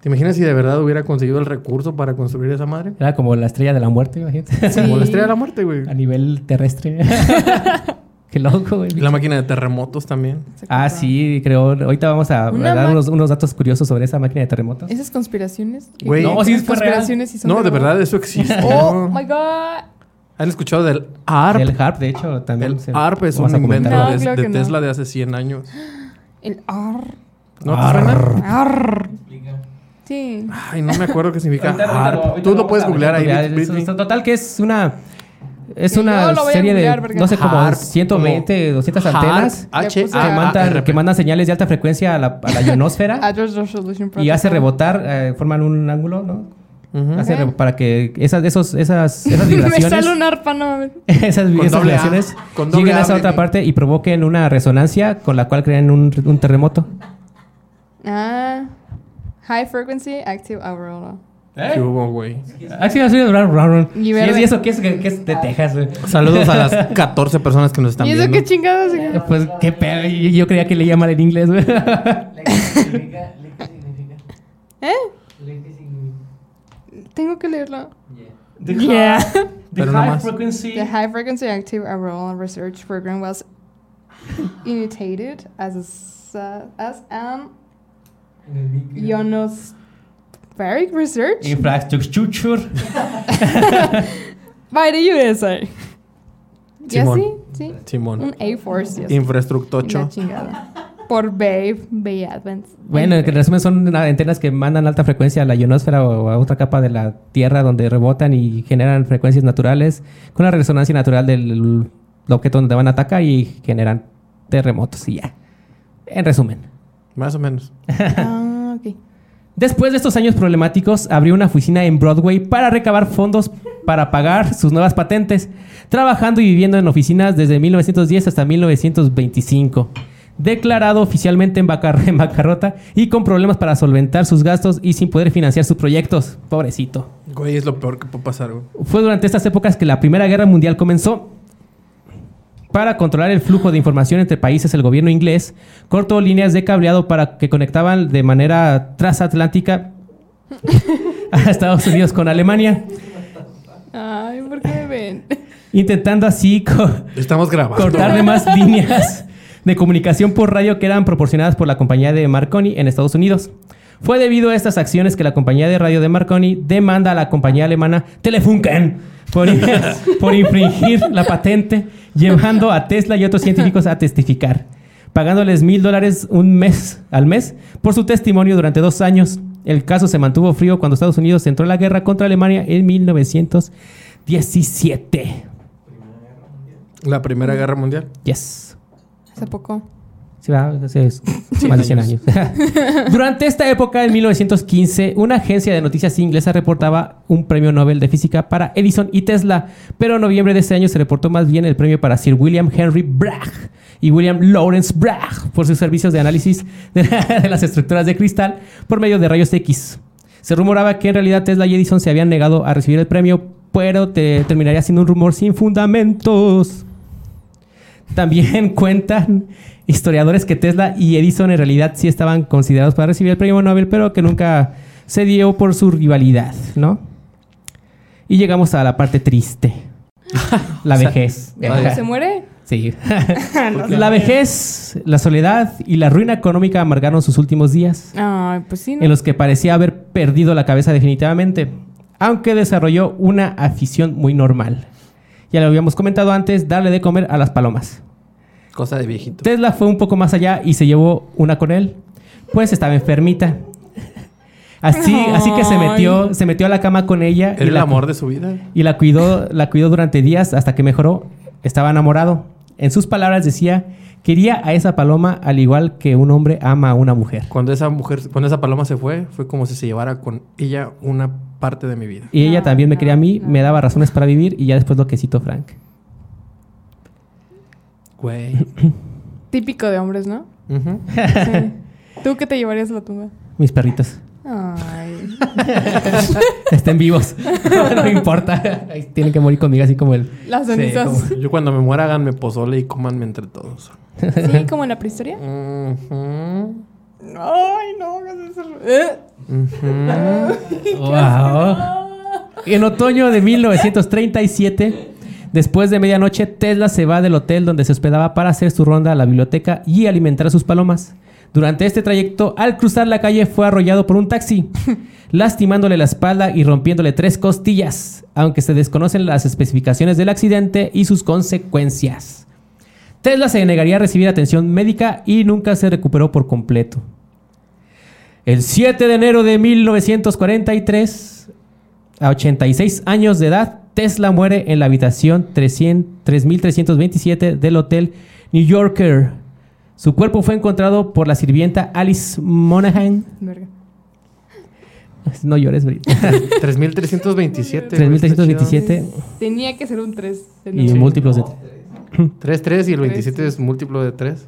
S3: ¿Te imaginas si de verdad hubiera conseguido el recurso para construir esa madre?
S1: Era como la estrella de la muerte, imagínate.
S3: Como la estrella de la muerte, güey.
S1: A nivel terrestre. Qué loco, güey.
S3: La máquina de terremotos también.
S2: Se
S1: Ah,
S2: compraba.
S1: sí, creo. Ahorita vamos a, a
S2: Una
S1: dar
S2: ma-
S1: unos, unos datos curiosos sobre esa máquina de terremotos.
S2: Esas conspiraciones. que-
S3: Güey.
S1: No, sí,
S2: esas
S1: fue real.
S2: conspiraciones sí son
S3: No, de verdad, eso existe.
S2: Oh
S3: ¿no?
S2: my god.
S3: ¿Han escuchado del ARP?
S1: El harp, de hecho, también.
S3: El
S1: se-
S3: ARP es
S1: vamos
S3: un
S1: a
S3: invento
S1: comentarlo.
S3: de,
S2: No, claro
S3: de
S2: que no.
S3: Tesla de hace 100 años.
S2: El ar.
S3: ¿No te suena?
S2: Ar. Sí.
S3: Ay, no me acuerdo qué significa
S1: Ahorita- ahorita lo-
S3: ARP.
S1: ahorita
S3: Tú lo
S1: vamos
S3: puedes
S1: a
S3: googlear ahí.
S1: googlear.
S3: Britney.
S1: Total que es una Es
S2: Que
S1: una
S2: yo lo voy a
S1: serie de,
S2: googlear, porque-
S1: no sé, como
S7: Harp,
S1: 120, 200
S7: Harp,
S1: antenas
S7: H,
S2: puse
S1: que,
S7: A,
S1: mandan,
S3: Ah,
S7: R, P.
S1: que mandan señales de alta frecuencia a la, a la ionosfera
S2: Address Resolution
S1: y hace
S2: Protocol.
S1: rebotar, eh, forman un ángulo, ¿no?
S7: Ujú.
S1: Hace
S2: Ok.
S1: rebo- para que esas, esos, esas, esas
S2: Me
S1: vibraciones,
S2: sale un arpa, no mames.
S1: esas,
S7: Con
S1: esas
S7: doble A,
S1: vibraciones
S7: con doble
S1: lleguen a
S7: A,
S1: esa otra
S7: baby.
S1: parte y provoquen una resonancia con la cual crean un, un terremoto.
S2: Ah. High Frequency Active Aurora.
S3: ¿Eh?
S7: ¿Qué hubo, güey?
S1: Ah, sí, así de raro, raro.
S2: Y
S1: Sí,
S2: verde.
S1: ¿Y eso qué es, qué es de Texas? güey?
S7: Saludos a las 14 personas que nos están
S2: ¿Y
S7: viendo.
S2: eso qué chingados?
S1: Eh, Pues qué pedo, yo, yo creía que leía mal en inglés, güey.
S8: significa? ¿Ley qué significa?
S2: ¿Eh?
S8: ¿Ley qué significa?
S2: Tengo que leerlo.
S1: The
S2: Yeah.
S1: the
S7: Pero no
S1: high
S7: más.
S1: frequency.
S2: The High Frequency Active Auroral Research Program was initiated as, a, s- as an
S8: En el micro.
S2: ionospheric research
S1: Infrastructure.
S2: by the USA. ¿Ya
S7: Simón.
S2: sí? Sí. Un
S7: Simón.
S2: A-Force, yes. La
S7: Infraestructocho.
S2: chingada. Por Babe, Bay Advance.
S1: Bueno,
S2: Eh,
S1: en resumen son una- antenas que mandan alta frecuencia a la ionosfera o a otra capa de la Tierra donde rebotan y generan frecuencias naturales con la resonancia natural del objeto donde van a atacar y generan terremotos y ya. En resumen.
S7: Más o menos.
S2: ah, ok.
S1: Después de estos años problemáticos, abrió una oficina en Broadway para recabar fondos para pagar sus nuevas patentes, trabajando y viviendo en oficinas desde 1910 hasta 1925. Declarado oficialmente en, bacar- en bancarrota y con problemas para solventar sus gastos y sin poder financiar sus proyectos. Pobrecito.
S7: Güey, es lo peor que puede pasar, güey.
S1: Fue durante estas épocas que la Primera Guerra Mundial comenzó. Para controlar el flujo de información entre países, el gobierno inglés cortó líneas de cableado para que conectaban de manera transatlántica a Estados Unidos con Alemania,
S2: Ay, ¿por qué me ven?
S1: intentando así co-
S7: Estamos grabando.
S1: cortar demás líneas de comunicación por radio que eran proporcionadas por la compañía de Marconi en Estados Unidos. Fue debido a estas acciones que la compañía de radio de Marconi demanda a la compañía alemana Telefunken por, por infringir la patente, llevando a Tesla y otros científicos a testificar, pagándoles mil dólares un mes al mes por su testimonio durante dos años. El caso se mantuvo frío cuando Estados Unidos entró en la guerra contra Alemania en 1917.
S7: La Primera Guerra Mundial.
S1: Yes.
S2: Hace poco.
S1: Sí, va, hace más de 100 años. Durante esta época, en 1915, una agencia de noticias inglesa reportaba un premio Nobel de Física para Edison y Tesla, pero en noviembre de ese año se reportó más bien el premio para Sir William Henry Bragg y William Lawrence Bragg por sus servicios de análisis de, de las estructuras de cristal por medio de rayos X. Se rumoraba que en realidad Tesla y Edison se habían negado a recibir el premio, pero te- terminaría siendo un rumor sin fundamentos. También cuentan historiadores que Tesla y Edison en realidad sí estaban considerados para recibir el premio Nobel, pero que nunca se dio por su rivalidad, ¿no? Y llegamos a la parte triste. La vejez.
S2: ¿Cuándo se muere? Ah,
S1: Sí. la vejez, la soledad y la ruina económica amargaron sus últimos días
S2: Ay, pues sí, ¿no?
S1: en los que parecía haber perdido la cabeza definitivamente, aunque desarrolló una afición muy normal. Ya lo habíamos comentado antes, darle de comer a las palomas.
S7: Cosa de viejito.
S1: Tesla fue un poco más allá y se llevó una con él, pues estaba enfermita. Así, así que se metió, se metió a la cama con ella
S7: Era
S1: y
S7: el
S1: la,
S7: amor de su vida.
S1: y la cuidó, la cuidó durante días hasta que mejoró. Estaba enamorado. En sus palabras decía, quería a esa paloma al igual que un hombre ama a una mujer.
S7: Cuando esa mujer, cuando esa paloma se fue, fue como si se llevara con ella una parte de mi vida.
S1: Y ella
S2: No,
S1: también me
S2: no,
S1: quería a mí,
S2: no.
S1: me daba razones para vivir y ya después lo que citó Frank.
S7: Güey.
S2: Típico de hombres, ¿no?
S7: Ujú.
S2: Sí. ¿Tú qué te llevarías a la tumba?
S1: Mis perritos
S2: Ay.
S1: estén vivos. no me importa. Ahí Tienen que morir conmigo así como el...
S2: Las
S1: Sí,
S2: cenizas.
S1: como-
S7: Yo cuando me muera, háganme pozole y cómanme entre todos.
S2: Sí, como en la prehistoria.
S7: Ujú.
S2: Ay, no, hagas eso. Eh.
S7: Ujú.
S1: Wow.
S2: Ah.
S1: En otoño de 1937, después de medianoche, Tesla se va del hotel donde se hospedaba para hacer su ronda a la biblioteca y alimentar a sus palomas. Durante este trayecto, al cruzar la calle, fue arrollado por un taxi, lastimándole la espalda y rompiéndole tres costillas, aunque se desconocen las especificaciones del accidente y sus consecuencias. Tesla se negaría a recibir atención médica y nunca se recuperó por completo. El 7 de enero de 1943, a 86 años de edad, Tesla muere en la habitación 300 3327 del hotel New Yorker. Su cuerpo fue encontrado por la sirvienta Alice Monahan.
S9: Verga.
S1: No llores, Brit.
S3: 3327.
S1: 3327
S9: Tenía que ser un 3.
S1: y múltiplos de.
S3: 33 y el 27 es múltiplo de 3.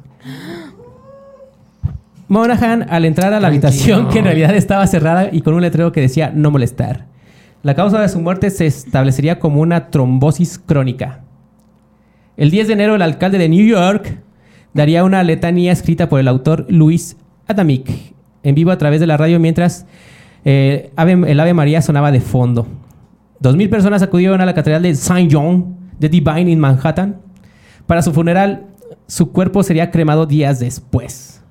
S1: Monahan, al entrar a la
S3: Tranquilo.
S1: habitación que en realidad estaba cerrada y con un letrero que decía no molestar, la causa de su muerte se establecería como una trombosis crónica. El 10 de enero, el alcalde de New York daría una letanía escrita por el autor Luis Adamic en vivo a través de la radio mientras eh, Ave- el Ave María sonaba de fondo. Dos mil personas acudieron a la catedral de St. John de Divine en Manhattan. Para su funeral, su cuerpo sería cremado días después.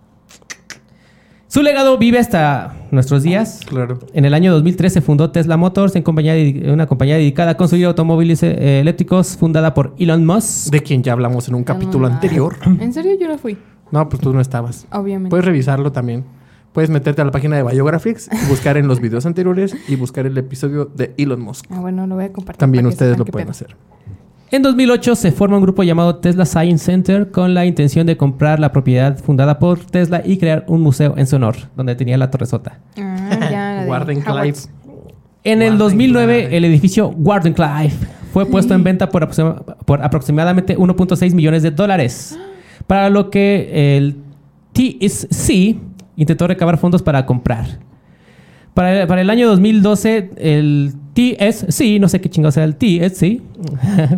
S1: Su legado vive hasta nuestros días.
S3: Claro.
S1: En el año 2003 se fundó Tesla Motors, en compañía de- una compañía dedicada a construir automóviles eh, eléctricos, fundada por Elon Musk.
S3: De quien ya hablamos en un capítulo
S2: mames.
S3: anterior.
S2: ¿En serio yo no fui?
S3: No, pues tú no estabas.
S2: Obviamente.
S1: Pues,
S3: Puedes revisarlo también. Puedes meterte a la página de Biographics, buscar en los videos anteriores y buscar el episodio de Elon Musk.
S2: ah, bueno, lo voy a compartir.
S3: También
S2: para que
S3: ustedes
S2: sepan
S3: lo
S2: qué
S3: pueden
S2: pedo.
S3: hacer.
S1: En 2008 se forma un grupo llamado Tesla Science Center con la intención de comprar la propiedad fundada por Tesla y crear un museo en su honor, donde tenía la torresota.
S2: Ah, ya. la de
S3: Guarden Clive.
S2: Howard's.
S1: En el
S3: Warden
S1: 2009
S3: Clive.
S1: el edificio Warden Clive fue puesto en venta por, aproxima- por aproximadamente 1.6 millones de dólares, para lo que el TSC intentó recabar fondos para comprar. Para el, para el año 2012, el TSC, no sé qué chingado sea el TSC,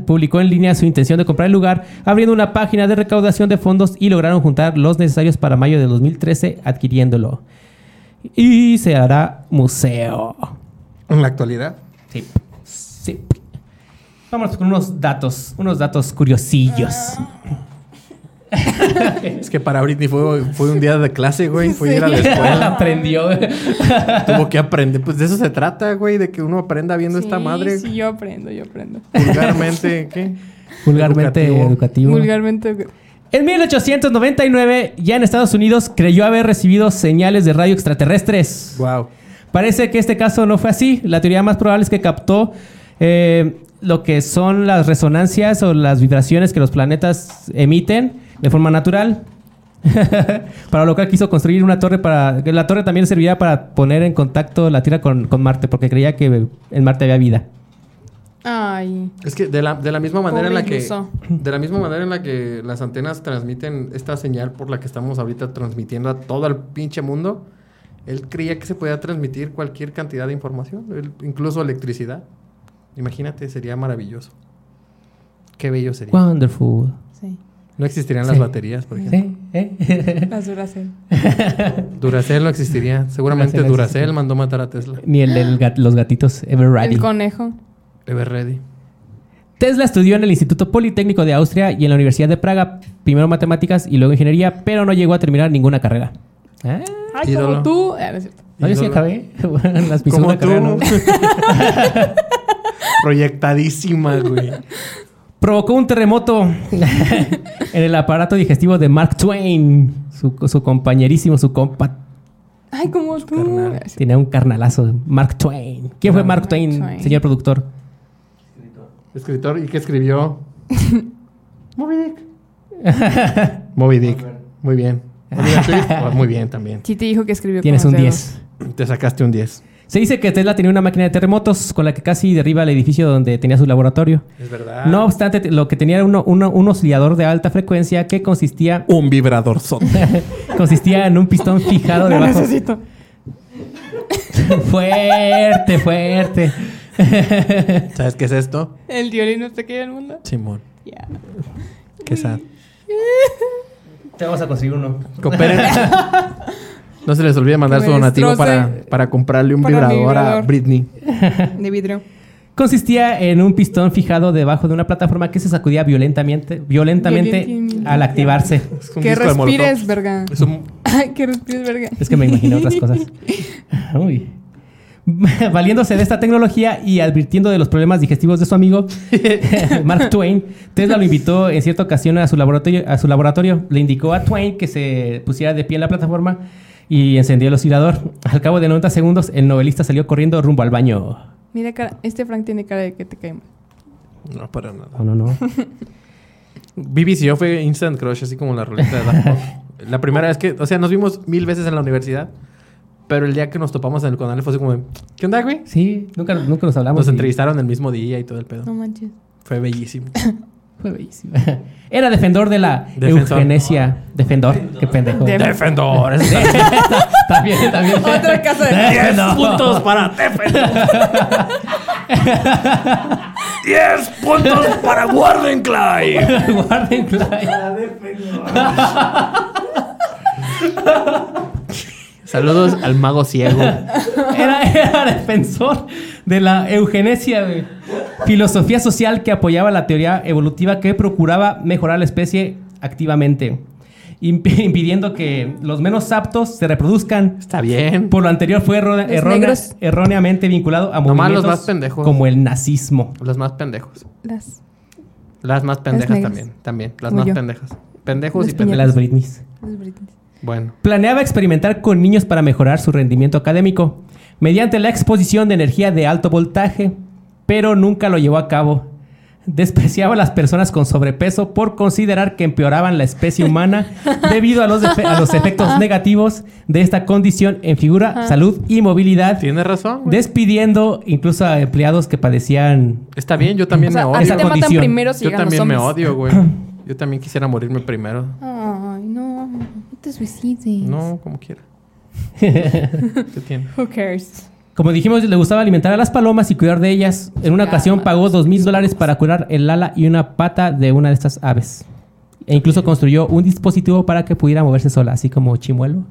S1: publicó en línea su intención de comprar el lugar, abriendo una página de recaudación de fondos y lograron juntar los necesarios para mayo de 2013 adquiriéndolo. Y se hará museo.
S3: En la actualidad.
S1: Sí. Sí. Vamos con unos datos, unos datos curiosillos.
S3: Es que para Britney fue, fue un día de clase, güey. Fue ir a la escuela.
S1: Aprendió.
S3: Tuvo que aprender. Pues de eso se trata, güey. De que uno aprenda viendo esta
S2: Sí,
S3: madre.
S2: Sí, yo aprendo, yo aprendo.
S3: Vulgarmente, ¿qué?
S1: Vulgarmente educativo.
S2: Vulgarmente.
S1: En 1899, ya en Estados Unidos, creyó haber recibido señales de radio extraterrestres.
S3: Wow.
S1: Parece que este caso no fue así. La teoría más probable es que captó eh, lo que son las resonancias o las vibraciones que los planetas emiten de forma natural. para lo cual quiso construir una torre para... que La torre también servía para poner en contacto la Tierra con, con Marte, porque creía que en Marte había vida.
S2: Ay.
S3: Es que de la, de la misma
S2: Pobre
S3: manera en la que
S2: iluso.
S3: de la misma manera en la que las antenas transmiten esta señal por la que estamos ahorita transmitiendo a todo el pinche mundo, él creía que se podía transmitir cualquier cantidad de información, él- incluso electricidad. Imagínate, sería maravilloso. Qué bello sería.
S1: Wonderful.
S2: Sí.
S3: No existirían las
S1: Sí.
S3: baterías, por ejemplo.
S1: ¿Sí? ¿Eh?
S2: Las duras. eh.
S3: Duracell no existiría. Seguramente
S1: Duracell no
S3: Duracell
S1: existiría.
S3: mandó matar a Tesla.
S1: Ni el de los gatitos Ever Ready.
S2: El conejo.
S3: Ever ready.
S1: Tesla estudió en el Instituto Politécnico de Austria y en la Universidad de Praga, primero matemáticas y luego ingeniería, pero no llegó a terminar ninguna carrera. ¿Eh?
S9: Ay,
S3: Ídolo.
S9: como tú. Ah, no es cierto.
S1: No, yo sí
S3: Ídolo.
S1: acabé. En las pisó
S3: Como
S1: una carrera,
S3: tú.
S1: ¿no?
S3: Proyectadísima, güey.
S1: Provocó un terremoto en el aparato digestivo de Mark Twain, su, su compañerísimo, su compa.
S2: Ay, como tú.
S3: carnal.
S2: Ah, sí.
S1: Tenía un carnalazo, Mark Twain. ¿Quién fue Mark Twain,
S2: Twain.
S1: señor productor?
S3: Escritor y que escribió Moby Dick. Moby Dick. Muy bien. Oliver Twist, oh, Muy bien también.
S2: Sí te dijo que escribió
S1: Tienes
S2: con
S1: un
S2: los
S1: 10.
S3: Te sacaste un 10.
S1: Se dice que Tesla tenía una máquina de terremotos con la que casi derriba el edificio donde tenía su laboratorio.
S3: Es verdad.
S1: No obstante, te- lo que tenía era uno- uno- un oscilador de alta frecuencia que consistía,
S3: Un vibrador sote.
S1: consistía en un pistón fijado
S2: dedos.
S1: debajo.
S2: Lo necesito.
S1: fuerte, fuerte.
S3: ¿Sabes qué es esto?
S2: El violín no te queda el mundo.
S3: Simón.
S2: Ya.
S3: Qué sad.
S1: Te vamos a conseguir uno.
S3: Cooperen. No se les olvide mandar
S2: Que
S3: su
S2: me
S3: donativo
S2: destroce.
S3: para, para comprarle un
S2: Para mi
S3: vibrador a
S2: vibrador.
S3: Britney.
S2: De vidrio.
S1: Consistía en un pistón fijado debajo de una plataforma que se sacudía violentamente, violentamente
S2: Violentamente.
S1: al activarse.
S3: Es un
S2: Que
S3: disco de Molotov.
S2: respires, verga.
S3: Es un-
S2: Ay, que respires, verga.
S1: Es que me imagino otras cosas. Uy. Valiéndose de esta tecnología y advirtiendo de los problemas digestivos de su amigo Mark Twain, Tesla lo invitó en cierta ocasión a su laboratorio. A su laboratorio. Le indicó a Twain que se pusiera de pie en la plataforma y encendió el oscilador. Al cabo de 90 segundos, el novelista salió corriendo rumbo al baño.
S2: Mira, cara, este Frank tiene cara de que te cae mal.
S3: No, para nada.
S1: No, no, no.
S3: Vivi y yo fue instant crush, así como la roleta de Daft Punk. La primera vez que, o sea, nos vimos mil veces en la universidad, pero el día que nos topamos en el canal fue así como, de, ¿qué onda, güey?
S1: Sí, nunca, nunca nos hablamos.
S3: Nos
S1: y
S3: entrevistaron el mismo día y todo el pedo.
S2: No manches.
S3: Fue bellísimo.
S1: Fue bellísimo. Era defensor de la
S3: Defensor.
S1: eugenesia. Defendor. Qué pendejo.
S3: Defendor.
S1: También, también.
S2: Otra casa de-
S1: Defendor.
S3: puntos para Defendor. 10 puntos para Wardenclyde.
S1: Guarden, Clyde.
S10: Ah, de pelo.
S3: Saludos al mago ciego.
S1: Era, era defensor de la eugenesia, güey. Filosofía social que apoyaba la teoría evolutiva que procuraba mejorar la especie activamente, impi- impidiendo que los menos aptos se reproduzcan.
S3: Está bien.
S1: Por lo anterior fue erro- errónea-
S2: negros.
S1: erróneamente vinculado a
S3: Nomás los
S1: movimientos
S3: más pendejos.
S1: como el nazismo.
S3: Los más pendejos.
S2: Las.
S3: Las más pendejas
S2: negras.
S3: también. También. Las
S2: Como
S3: más
S2: yo.
S3: pendejas. Pendejos
S2: Las
S3: y
S1: De
S3: pendejas.
S1: las Britneys.
S2: Las Britney.
S3: Bueno.
S1: Planeaba experimentar con niños para mejorar su rendimiento académico mediante la exposición de energía de alto voltaje, pero nunca lo llevó a cabo. Despreciaba a las personas con sobrepeso por considerar que empeoraban la especie humana debido a los, defe- a los efectos negativos de esta condición en figura, salud y movilidad,
S3: Tienes razón. güey.
S1: despidiendo incluso a empleados que padecían.
S3: Está bien. Yo también
S2: O sea,
S3: me
S2: a ti
S3: odio.
S1: esa
S2: te matan
S1: condición.
S2: primero si
S3: Yo
S2: llegan los
S3: también me
S2: zombies.
S3: odio, güey. Yo también quisiera morirme primero.
S2: Ay, no. No te suicides.
S3: No, como quiera. ¿Qué tiene?
S2: Who cares?
S1: Como dijimos, le gustaba alimentar a las palomas y cuidar de ellas. En una ocasión pagó dos mil dólares para curar el ala y una pata de una de estas aves. E incluso construyó un dispositivo para que pudiera moverse sola, así como chimuelo.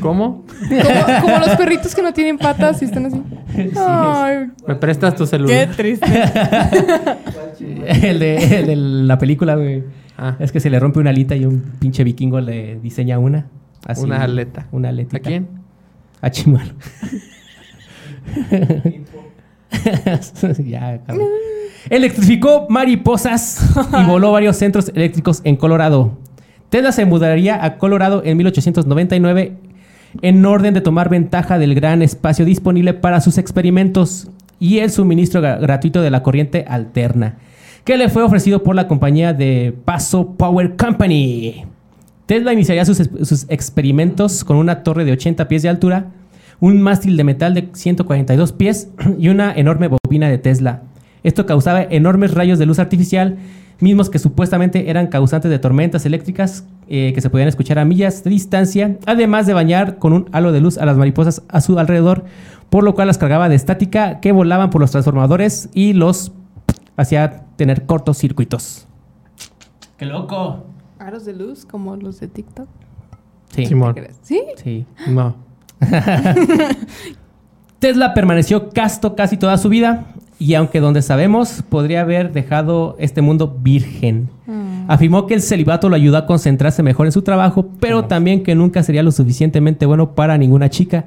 S3: ¿Cómo?
S2: Como, como los perritos que no tienen patas y están así. Ay,
S3: ¿Me prestas tu
S2: qué
S3: celular?
S2: triste.
S1: el, de, el de la película, güey.
S3: Ah,
S1: Es que se le rompe una alita y un pinche vikingo le diseña una. Así,
S3: Una aleta.
S1: Una aletita.
S3: ¿A quién?
S1: A Chimuelo. Ya, cabrón. Electrificó mariposas y voló varios centros eléctricos en Colorado. Tesla se mudaría a Colorado en 1899 en orden de tomar ventaja del gran espacio disponible para sus experimentos y el suministro gra- gratuito de la corriente alterna, que le fue ofrecido por la compañía de Paso Power Company. Tesla iniciaría sus, sus experimentos con una torre de 80 pies de altura, un mástil de metal de 142 pies y una enorme bobina de Tesla. Esto causaba enormes rayos de luz artificial, mismos que supuestamente eran causantes de tormentas eléctricas eh, que se podían escuchar a millas de distancia, además de bañar con un halo de luz a las mariposas a su alrededor, por lo cual las cargaba de estática que volaban por los transformadores y los hacía tener cortocircuitos. ¡Qué loco!
S2: Aros de luz como los de TikTok.
S1: Sí.
S3: Simón.
S2: ¿Sí?
S1: Sí.
S3: No.
S1: Tesla permaneció casto casi toda su vida y aunque donde sabemos podría haber dejado este mundo virgen.
S2: Ah. Mm,
S1: Afirmó que el celibato lo ayudó a concentrarse mejor en su trabajo, pero también que nunca sería lo suficientemente bueno para ninguna chica,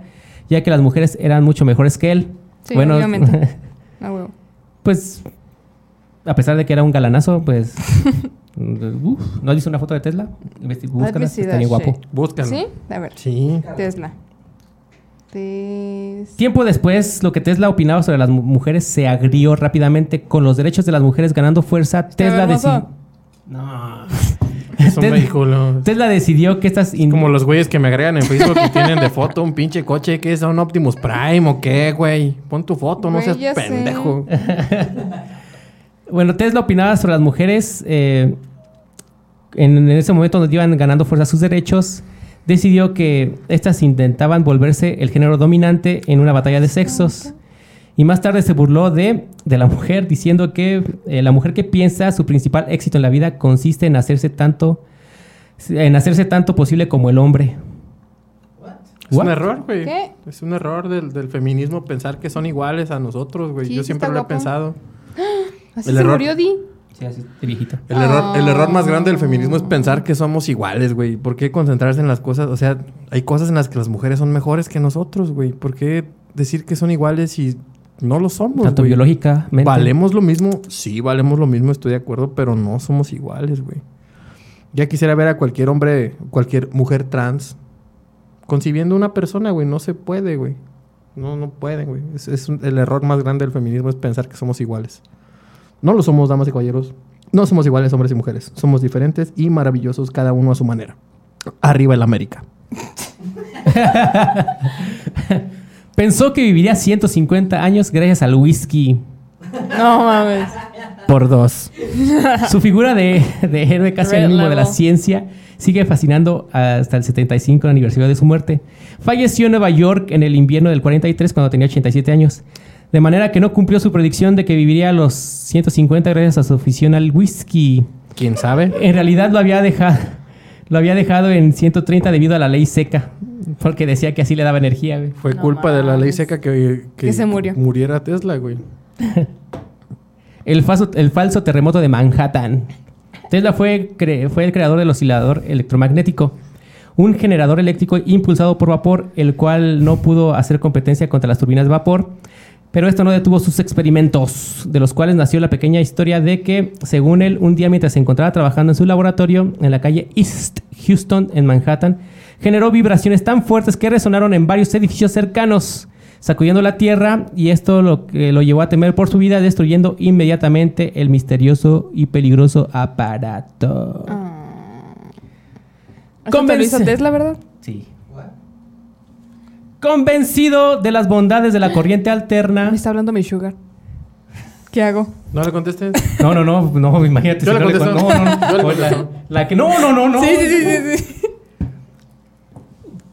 S1: ya que las mujeres eran mucho mejores que él.
S2: Sí, obviamente. Ah, huevo.
S1: pues a pesar de que era un galanazo, pues uf, ¿no has visto una foto de Tesla? Investi- Búscala,
S2: see
S1: está
S2: that
S1: bien guapo.
S3: Búscalo.
S2: ¿Sí? A ver.
S3: Sí.
S2: Tesla. Tesla.
S1: Tiempo después, lo que Tesla opinaba sobre las mu- mujeres se agrió rápidamente con los derechos de las mujeres ganando fuerza. Tesla
S2: hermoso.
S1: decidió. No.
S3: Es un
S1: Tesla-
S3: vehículo.
S1: Tesla decidió que estas. in-
S3: Como los güeyes que me agregan en Facebook y tienen de foto un pinche coche que es un Optimus Prime o qué, güey. Pon tu foto, no
S2: Güey,
S3: seas
S2: ya sé.
S3: pendejo.
S1: Bueno, Tesla opinaba sobre las mujeres. eh, en, en ese momento donde iban ganando fuerza sus derechos. Decidió que estas intentaban volverse el género dominante en una batalla de sexos. Y más tarde se burló de, de la mujer diciendo que eh, la mujer que piensa su principal éxito en la vida consiste en hacerse tanto en hacerse tanto posible como el hombre.
S3: Es un
S1: What?
S3: error, güey.
S2: ¿Qué?
S3: Es un error del, del feminismo pensar que son iguales a nosotros, güey.
S2: Sí,
S3: Yo
S2: sí
S3: siempre
S2: está
S3: lo
S2: guapo.
S3: he pensado.
S2: Así
S3: El
S2: se
S3: error.
S2: murió Di.
S1: Sí, así de viejito.
S3: El error, el error más
S2: Ah.
S3: grande del feminismo es pensar que somos iguales, güey. ¿Por qué concentrarse en las cosas? O sea, hay cosas en las que las mujeres son mejores que nosotros, güey. ¿Por qué decir que son iguales y no lo somos,
S1: Tanto
S3: güey?
S1: biológicamente.
S3: ¿Valemos lo mismo? Sí, valemos lo mismo, estoy de acuerdo, pero no somos iguales, güey. Ya quisiera ver a cualquier hombre, cualquier mujer trans concibiendo una persona, güey. No se puede, güey. No, no pueden, güey. Es, es un- el error más grande del feminismo es pensar que somos iguales. No lo somos, damas y caballeros. No somos iguales, hombres y mujeres. Somos diferentes y maravillosos, cada uno a su manera. Arriba el América.
S1: Pensó que viviría 150 años gracias al whisky.
S2: No mames.
S3: Por dos.
S1: Su figura de, de héroe casi
S2: Red
S1: anónimo de la
S2: level.
S1: ciencia sigue fascinando hasta el 75 aniversario de su muerte. Falleció en Nueva York en el invierno del 43 cuando tenía 87 años. De manera que no cumplió su predicción de que viviría a los 150 gracias a su afición al whisky.
S3: ¿Quién sabe?
S1: En realidad lo había dejado, lo había dejado en 130 debido a la ley seca. Porque decía que así le daba energía, güey.
S3: Fue
S2: No
S3: culpa de la ley
S2: mames.
S3: seca que,
S2: Que se murió.
S3: muriera Tesla, güey.
S1: El falso, el falso terremoto de Manhattan. Tesla fue, cre- fue el creador del oscilador electromagnético, un generador eléctrico impulsado por vapor, el cual no pudo hacer competencia contra las turbinas de vapor. Pero esto no detuvo sus experimentos, de los cuales nació la pequeña historia de que, según él, un día mientras se encontraba trabajando en su laboratorio en la calle East Houston, en Manhattan, generó vibraciones tan fuertes que resonaron en varios edificios cercanos, sacudiendo la tierra, y esto lo, que lo llevó a temer por su vida, destruyendo inmediatamente el misterioso y peligroso aparato.
S2: Ah. Eso te lo hizo
S1: Convence-
S2: Tesla, ¿verdad?
S1: Sí. Convencido de las bondades de la corriente alterna.
S2: Me está hablando mi sugar. ¿Qué hago?
S3: No le contestes.
S1: No, no, no, no, imagínate.
S3: Yo
S1: si
S3: le
S1: no
S3: contesto.
S1: con- No, no, no.
S3: Yo le
S1: Pues la-
S3: contesto.
S1: la que- no, no, no, no.
S2: Sí, sí, sí, sí, sí.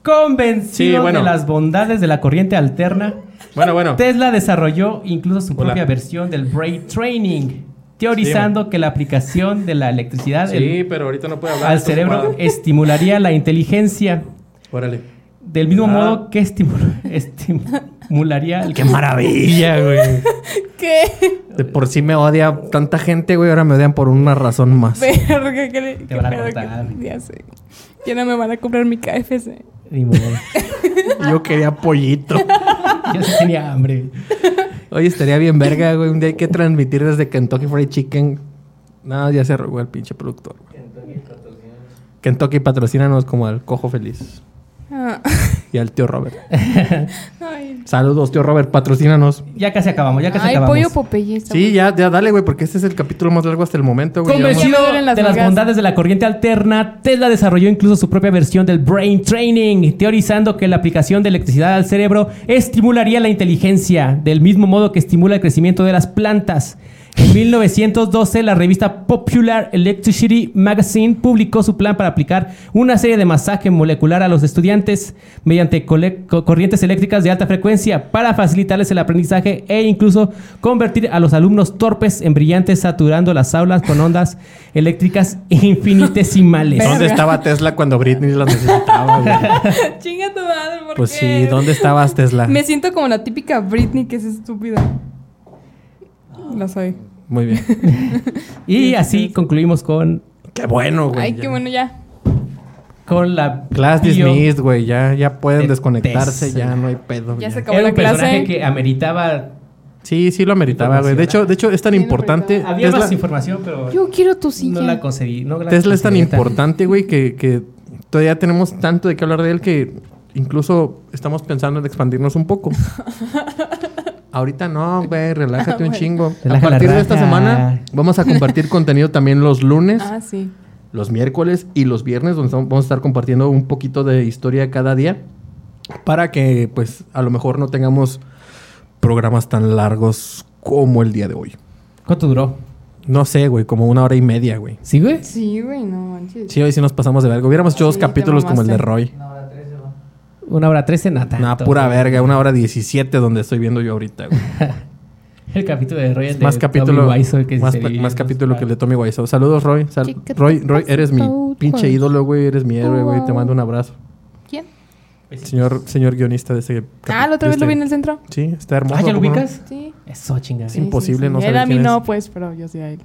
S1: Convencido
S3: Sí, bueno.
S1: de las bondades de la corriente alterna,
S3: Bueno, bueno.
S1: Tesla desarrolló incluso su
S3: Hola.
S1: propia versión del brain training, teorizando que la aplicación de la electricidad
S3: Sí,
S1: el-
S3: pero ahorita no puede hablar.
S1: al
S3: está
S1: cerebro
S3: ocupado.
S1: estimularía la inteligencia
S3: Órale.
S1: del mismo
S3: Ah.
S1: modo que estimul- estimularía el ¡Qué maravilla, güey!
S2: ¿Qué?
S3: De por sí me odia tanta gente, güey. Ahora me odian por una razón más.
S2: Verga, ¿qué le- qué
S1: van a
S2: pedo
S1: cortar.
S2: que- Ya sé. Ya no me van a comprar mi KFC.
S1: Ni modo.
S3: Yo quería pollito.
S1: Yo sí tenía hambre.
S3: Oye, estaría bien verga, güey. Un día hay que transmitir desde Kentucky Fried Chicken. No, ya se rogó el pinche productor. güey. Kentucky patrocínanos como al cojo feliz
S2: Ah.
S3: y al tío Robert.
S2: Ay,
S3: Saludos, tío Robert, patrocínanos.
S1: Ya casi acabamos, ya casi
S2: Ay,
S1: acabamos.
S2: pollo Popeye. está
S3: Sí,
S2: bueno.
S3: ya, ya dale, güey, porque este es el capítulo más largo hasta el momento, güey.
S2: Convenci-
S1: Convencido
S2: Ya me duelen las
S1: de las
S2: nalgas.
S1: bondades de la corriente alterna, Tesla desarrolló incluso su propia versión del brain training, teorizando que la aplicación de electricidad al cerebro estimularía la inteligencia, del mismo modo que estimula el crecimiento de las plantas. En 1912, la revista Popular Electricity Magazine publicó su plan para aplicar una serie de masaje molecular a los estudiantes mediante cole- co- corrientes eléctricas de alta frecuencia para facilitarles el aprendizaje e incluso convertir a los alumnos torpes en brillantes saturando las aulas con ondas eléctricas infinitesimales.
S3: ¿Dónde estaba Tesla cuando Britney la necesitaba, güey?
S2: Chinga tu madre, ¿por
S3: Pues
S2: qué?
S3: sí, ¿dónde estabas, Tesla?
S2: Me siento como la típica Britney que es estúpida. La soy.
S3: Muy bien.
S1: Y así concluimos con,
S3: Qué bueno, güey.
S2: Ay,
S3: ya.
S2: qué bueno ya.
S1: con la...
S3: Class
S1: bio.
S3: dismissed, güey. Ya, ya pueden
S1: De
S3: desconectarse,
S1: Tesla.
S3: ya no hay pedo.
S2: Ya
S3: ya.
S2: se acabó
S1: Era
S2: la
S1: un personaje
S2: clase.
S1: que ameritaba...
S3: Sí, sí lo ameritaba, güey. De hecho, de hecho es tan
S2: Sí lo
S3: importante.
S2: ameritaba.
S1: Había más
S3: Tesla,
S1: información, pero...
S2: Yo quiero tu silla.
S1: No la conseguí. no la
S3: Tesla es tan
S1: conseguí ahorita.
S3: importante, güey, que, que todavía tenemos tanto de qué hablar de él que incluso estamos pensando en expandirnos un poco. Ahorita no, güey, relájate un chingo.
S1: Relaja
S3: a
S1: la
S3: partir de esta
S1: raja.
S3: semana vamos a compartir contenido también los lunes,
S2: Ah, sí.
S3: los miércoles y los viernes, donde estamos- vamos a estar compartiendo un poquito de historia cada día para que, pues, a lo mejor no tengamos programas tan largos como el día de hoy.
S1: ¿Cuánto duró?
S3: No sé, güey, como una hora y media, güey.
S1: ¿Sí, güey?
S2: Sí, güey, no manches.
S3: Sí, hoy sí nos pasamos de verga. Hubiéramos hecho dos
S2: Sí, te
S3: capítulos como el de
S2: mamaste.
S3: Roy.
S1: Una hora trece, nada.
S3: Una pura verga, una hora diecisiete donde estoy viendo yo ahorita, güey.
S1: El capítulo de Royal
S3: más
S1: de
S3: capítulo,
S1: Tommy Wiseau que
S3: más,
S1: se
S3: pa-
S1: divide
S3: más
S1: en
S3: capítulo
S1: dos
S3: que el de Tommy Wiseau. Saludos, Roy. Sal-
S2: Chica, te
S3: Roy, Roy, eres mi
S2: pasas
S3: pinche
S2: todo.
S3: ídolo, güey. Eres mi héroe, güey. Te mando un abrazo.
S2: ¿Quién?
S3: Señor, señor guionista de ese.
S2: Pues Ah, la otra
S3: de
S2: vez lo
S3: este-
S2: vi en el centro.
S3: Sí, está hermoso.
S1: partes. Ah, ¿ya lo
S3: ¿cómo no?
S1: ubicas?
S2: Sí.
S1: Eso, chingada.
S3: Sí. imposible no saber
S2: Él a mí
S3: quién es.
S2: no, pues, pero yo sí a él.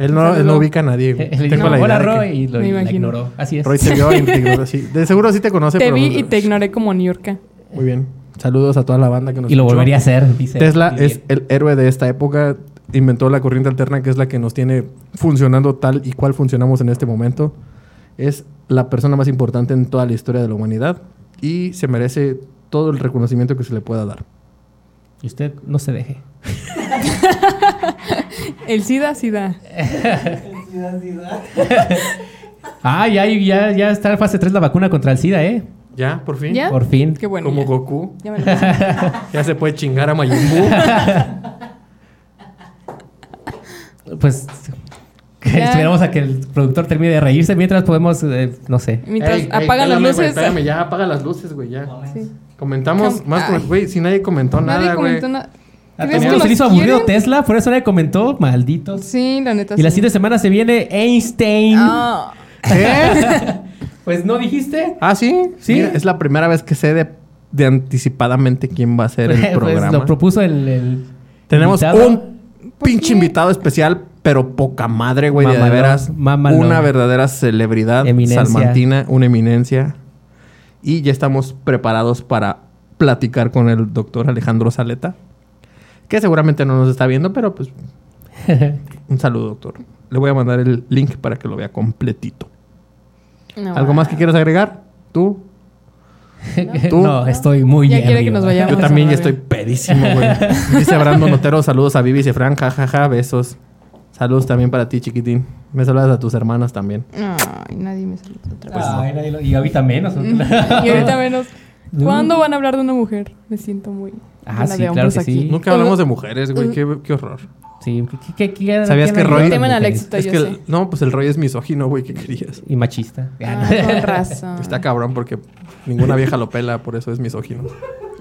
S3: Él no, él no ubica a nadie. güey.
S1: Él le
S3: Tengo
S1: dijo,
S3: la idea
S1: hola
S3: de que
S1: Roy, y lo
S2: Me
S1: y la
S2: imagino.
S1: ignoró. Así es.
S3: Roy te vio y te ignoró, sí. De seguro sí te conoce,
S2: Te
S3: pero
S2: vi
S3: no-
S2: y te ignoré como New York.
S3: Muy bien. Saludos a toda la banda que nos
S1: y lo
S3: escuchó.
S1: volvería a hacer, dice.
S3: Tesla
S1: Dice.
S3: es el héroe de esta época. Inventó la corriente alterna, que es la que nos tiene funcionando tal y cual funcionamos en este momento. Es la persona más importante en toda la historia de la humanidad y se merece todo el reconocimiento que se le pueda dar.
S1: Y usted no se deje.
S4: El SIDA, SIDA.
S8: Ciudad, ciudad.
S1: Ah, ya, ya, ya está en fase 3 la vacuna contra el SIDA, ¿eh?
S7: Ya, por fin.
S4: ¿Ya?
S1: Por fin.
S4: Qué bueno.
S7: Como
S4: ya.
S7: Goku.
S4: Ya me lo puse.
S7: Ya se puede chingar a Mayumbu.
S1: Pues que
S4: Ya.
S1: esperamos a que el productor termine de reírse mientras podemos, eh, no sé.
S4: Mientras
S7: Ey, ey,
S4: apagan las
S7: espérame, güey,
S4: luces.
S7: espérame, ya apaga las luces, güey, ya.
S4: Sí.
S7: Comentamos
S4: Com-
S7: más,
S4: Ay.
S7: comen- güey, si nadie comentó
S4: Nadie
S7: nada, güey.
S4: comentó nada.
S1: A
S4: ¿Crees
S1: todo mundo
S4: que
S1: Ah, se
S4: nos
S1: le hizo aburrido
S4: quieren?
S1: Tesla, por eso nadie comentó, malditos.
S4: Sí, la neta.
S1: Y la
S4: sí.
S1: siguiente semana se viene Einstein.
S4: Ah.
S1: Pues no dijiste.
S3: Ah, sí.
S1: Sí.
S3: Mira, es la primera vez que sé de, de anticipadamente quién va a ser el
S1: Pues,
S3: programa.
S1: lo propuso el, el
S3: Tenemos
S1: invitado.
S3: un pinche
S4: qué?
S3: invitado especial, pero poca madre, güey, de
S1: Mamalón,
S3: veras.
S1: mamalón.
S3: Una verdadera celebridad
S1: Eminencia.
S3: salmantina, una eminencia. Y ya estamos preparados para platicar con el doctor Alejandro Saleta, que seguramente no nos está viendo, pero pues un saludo, doctor. Le voy a mandar el link para que lo vea completito.
S4: No,
S3: ¿Algo más que quieras agregar? ¿Tú? ¿Tú?
S1: no, estoy muy
S4: Ya quiere
S1: ebrio.
S4: que nos vayamos.
S3: Yo
S4: Vamos a
S3: también ya
S4: hablar
S3: estoy pedísimo, güey. Dice Brandon Otero, saludos a Vivi y Fran, jajaja, besos. Saludos también para ti, chiquitín. Me saludas a tus hermanas también.
S4: Ay, nadie me saluda otra vez.
S1: Ay, nadie lo- Y ahorita menos.
S4: Y ahorita menos. ¿Cuándo van a hablar de una mujer? Me siento muy.
S1: Ah,
S4: llena
S1: sí,
S4: de
S1: claro
S4: hombros
S1: que sí.
S4: aquí.
S7: Nunca hablamos de mujeres, güey, qué, qué horror.
S1: Sí, ¿qué- qué- qué-
S3: ¿Sabías
S1: qué
S3: que
S1: rollo
S3: Roy-
S1: de
S4: Temen al
S1: mujeres?
S4: éxito,
S7: Es
S4: yo
S7: que,
S4: sé.
S7: no, pues el rollo es misógino, güey, ¿qué querías?
S1: Y machista.
S4: Ah, con razón.
S3: Está cabrón porque ninguna vieja lo pela, por eso es misógino.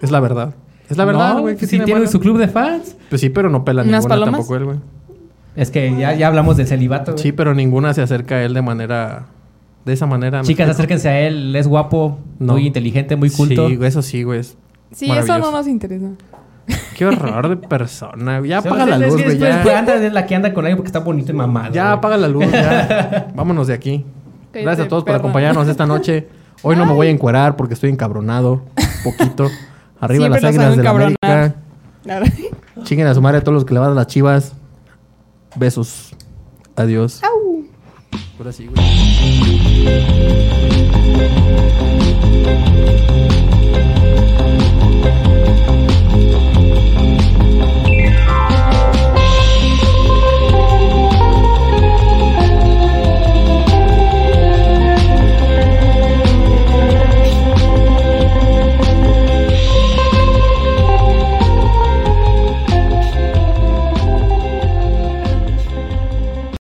S3: Es la verdad. Es la verdad,
S1: No,
S3: güey. ¿qué
S1: si tiene
S3: malo?
S1: su club de fans.
S3: Pues sí, pero no pela
S4: ¿Unas
S3: ninguna
S4: palomas?
S3: tampoco él, güey.
S1: Es que ya, ya hablamos del celibato. güey.
S3: Sí, pero ninguna se acerca a él de manera... De esa manera. ¿me
S1: Chicas,
S3: explico?
S1: acérquense a él. Es guapo,
S3: No.
S1: muy inteligente, muy culto.
S3: Sí, güey, eso sí, güey. es
S4: Sí, eso no
S3: maravilloso.
S4: nos interesa.
S3: Qué horror de persona. güey. Ya
S1: Se va
S3: apaga
S1: a
S3: la
S1: hacer-
S3: luz,
S1: es que
S3: güey.
S1: después,
S3: ya.
S1: pues, anda, es la que anda con alguien porque está bonito y mamado.
S3: Ya
S1: güey.
S3: apaga la luz, ya. Vámonos de aquí.
S4: Cállate,
S3: Gracias a todos por
S4: perra.
S3: acompañarnos esta noche. Hoy no me voy a encuerar porque estoy encabronado. Poquito. Arriba las
S4: Siempre nos
S3: águilas
S4: saben
S3: de la
S4: cabronar.
S3: América.
S4: Claro.
S3: Chinguen a su madre a todos los que le van a las chivas. Besos. Adiós. Ahora sí, güey.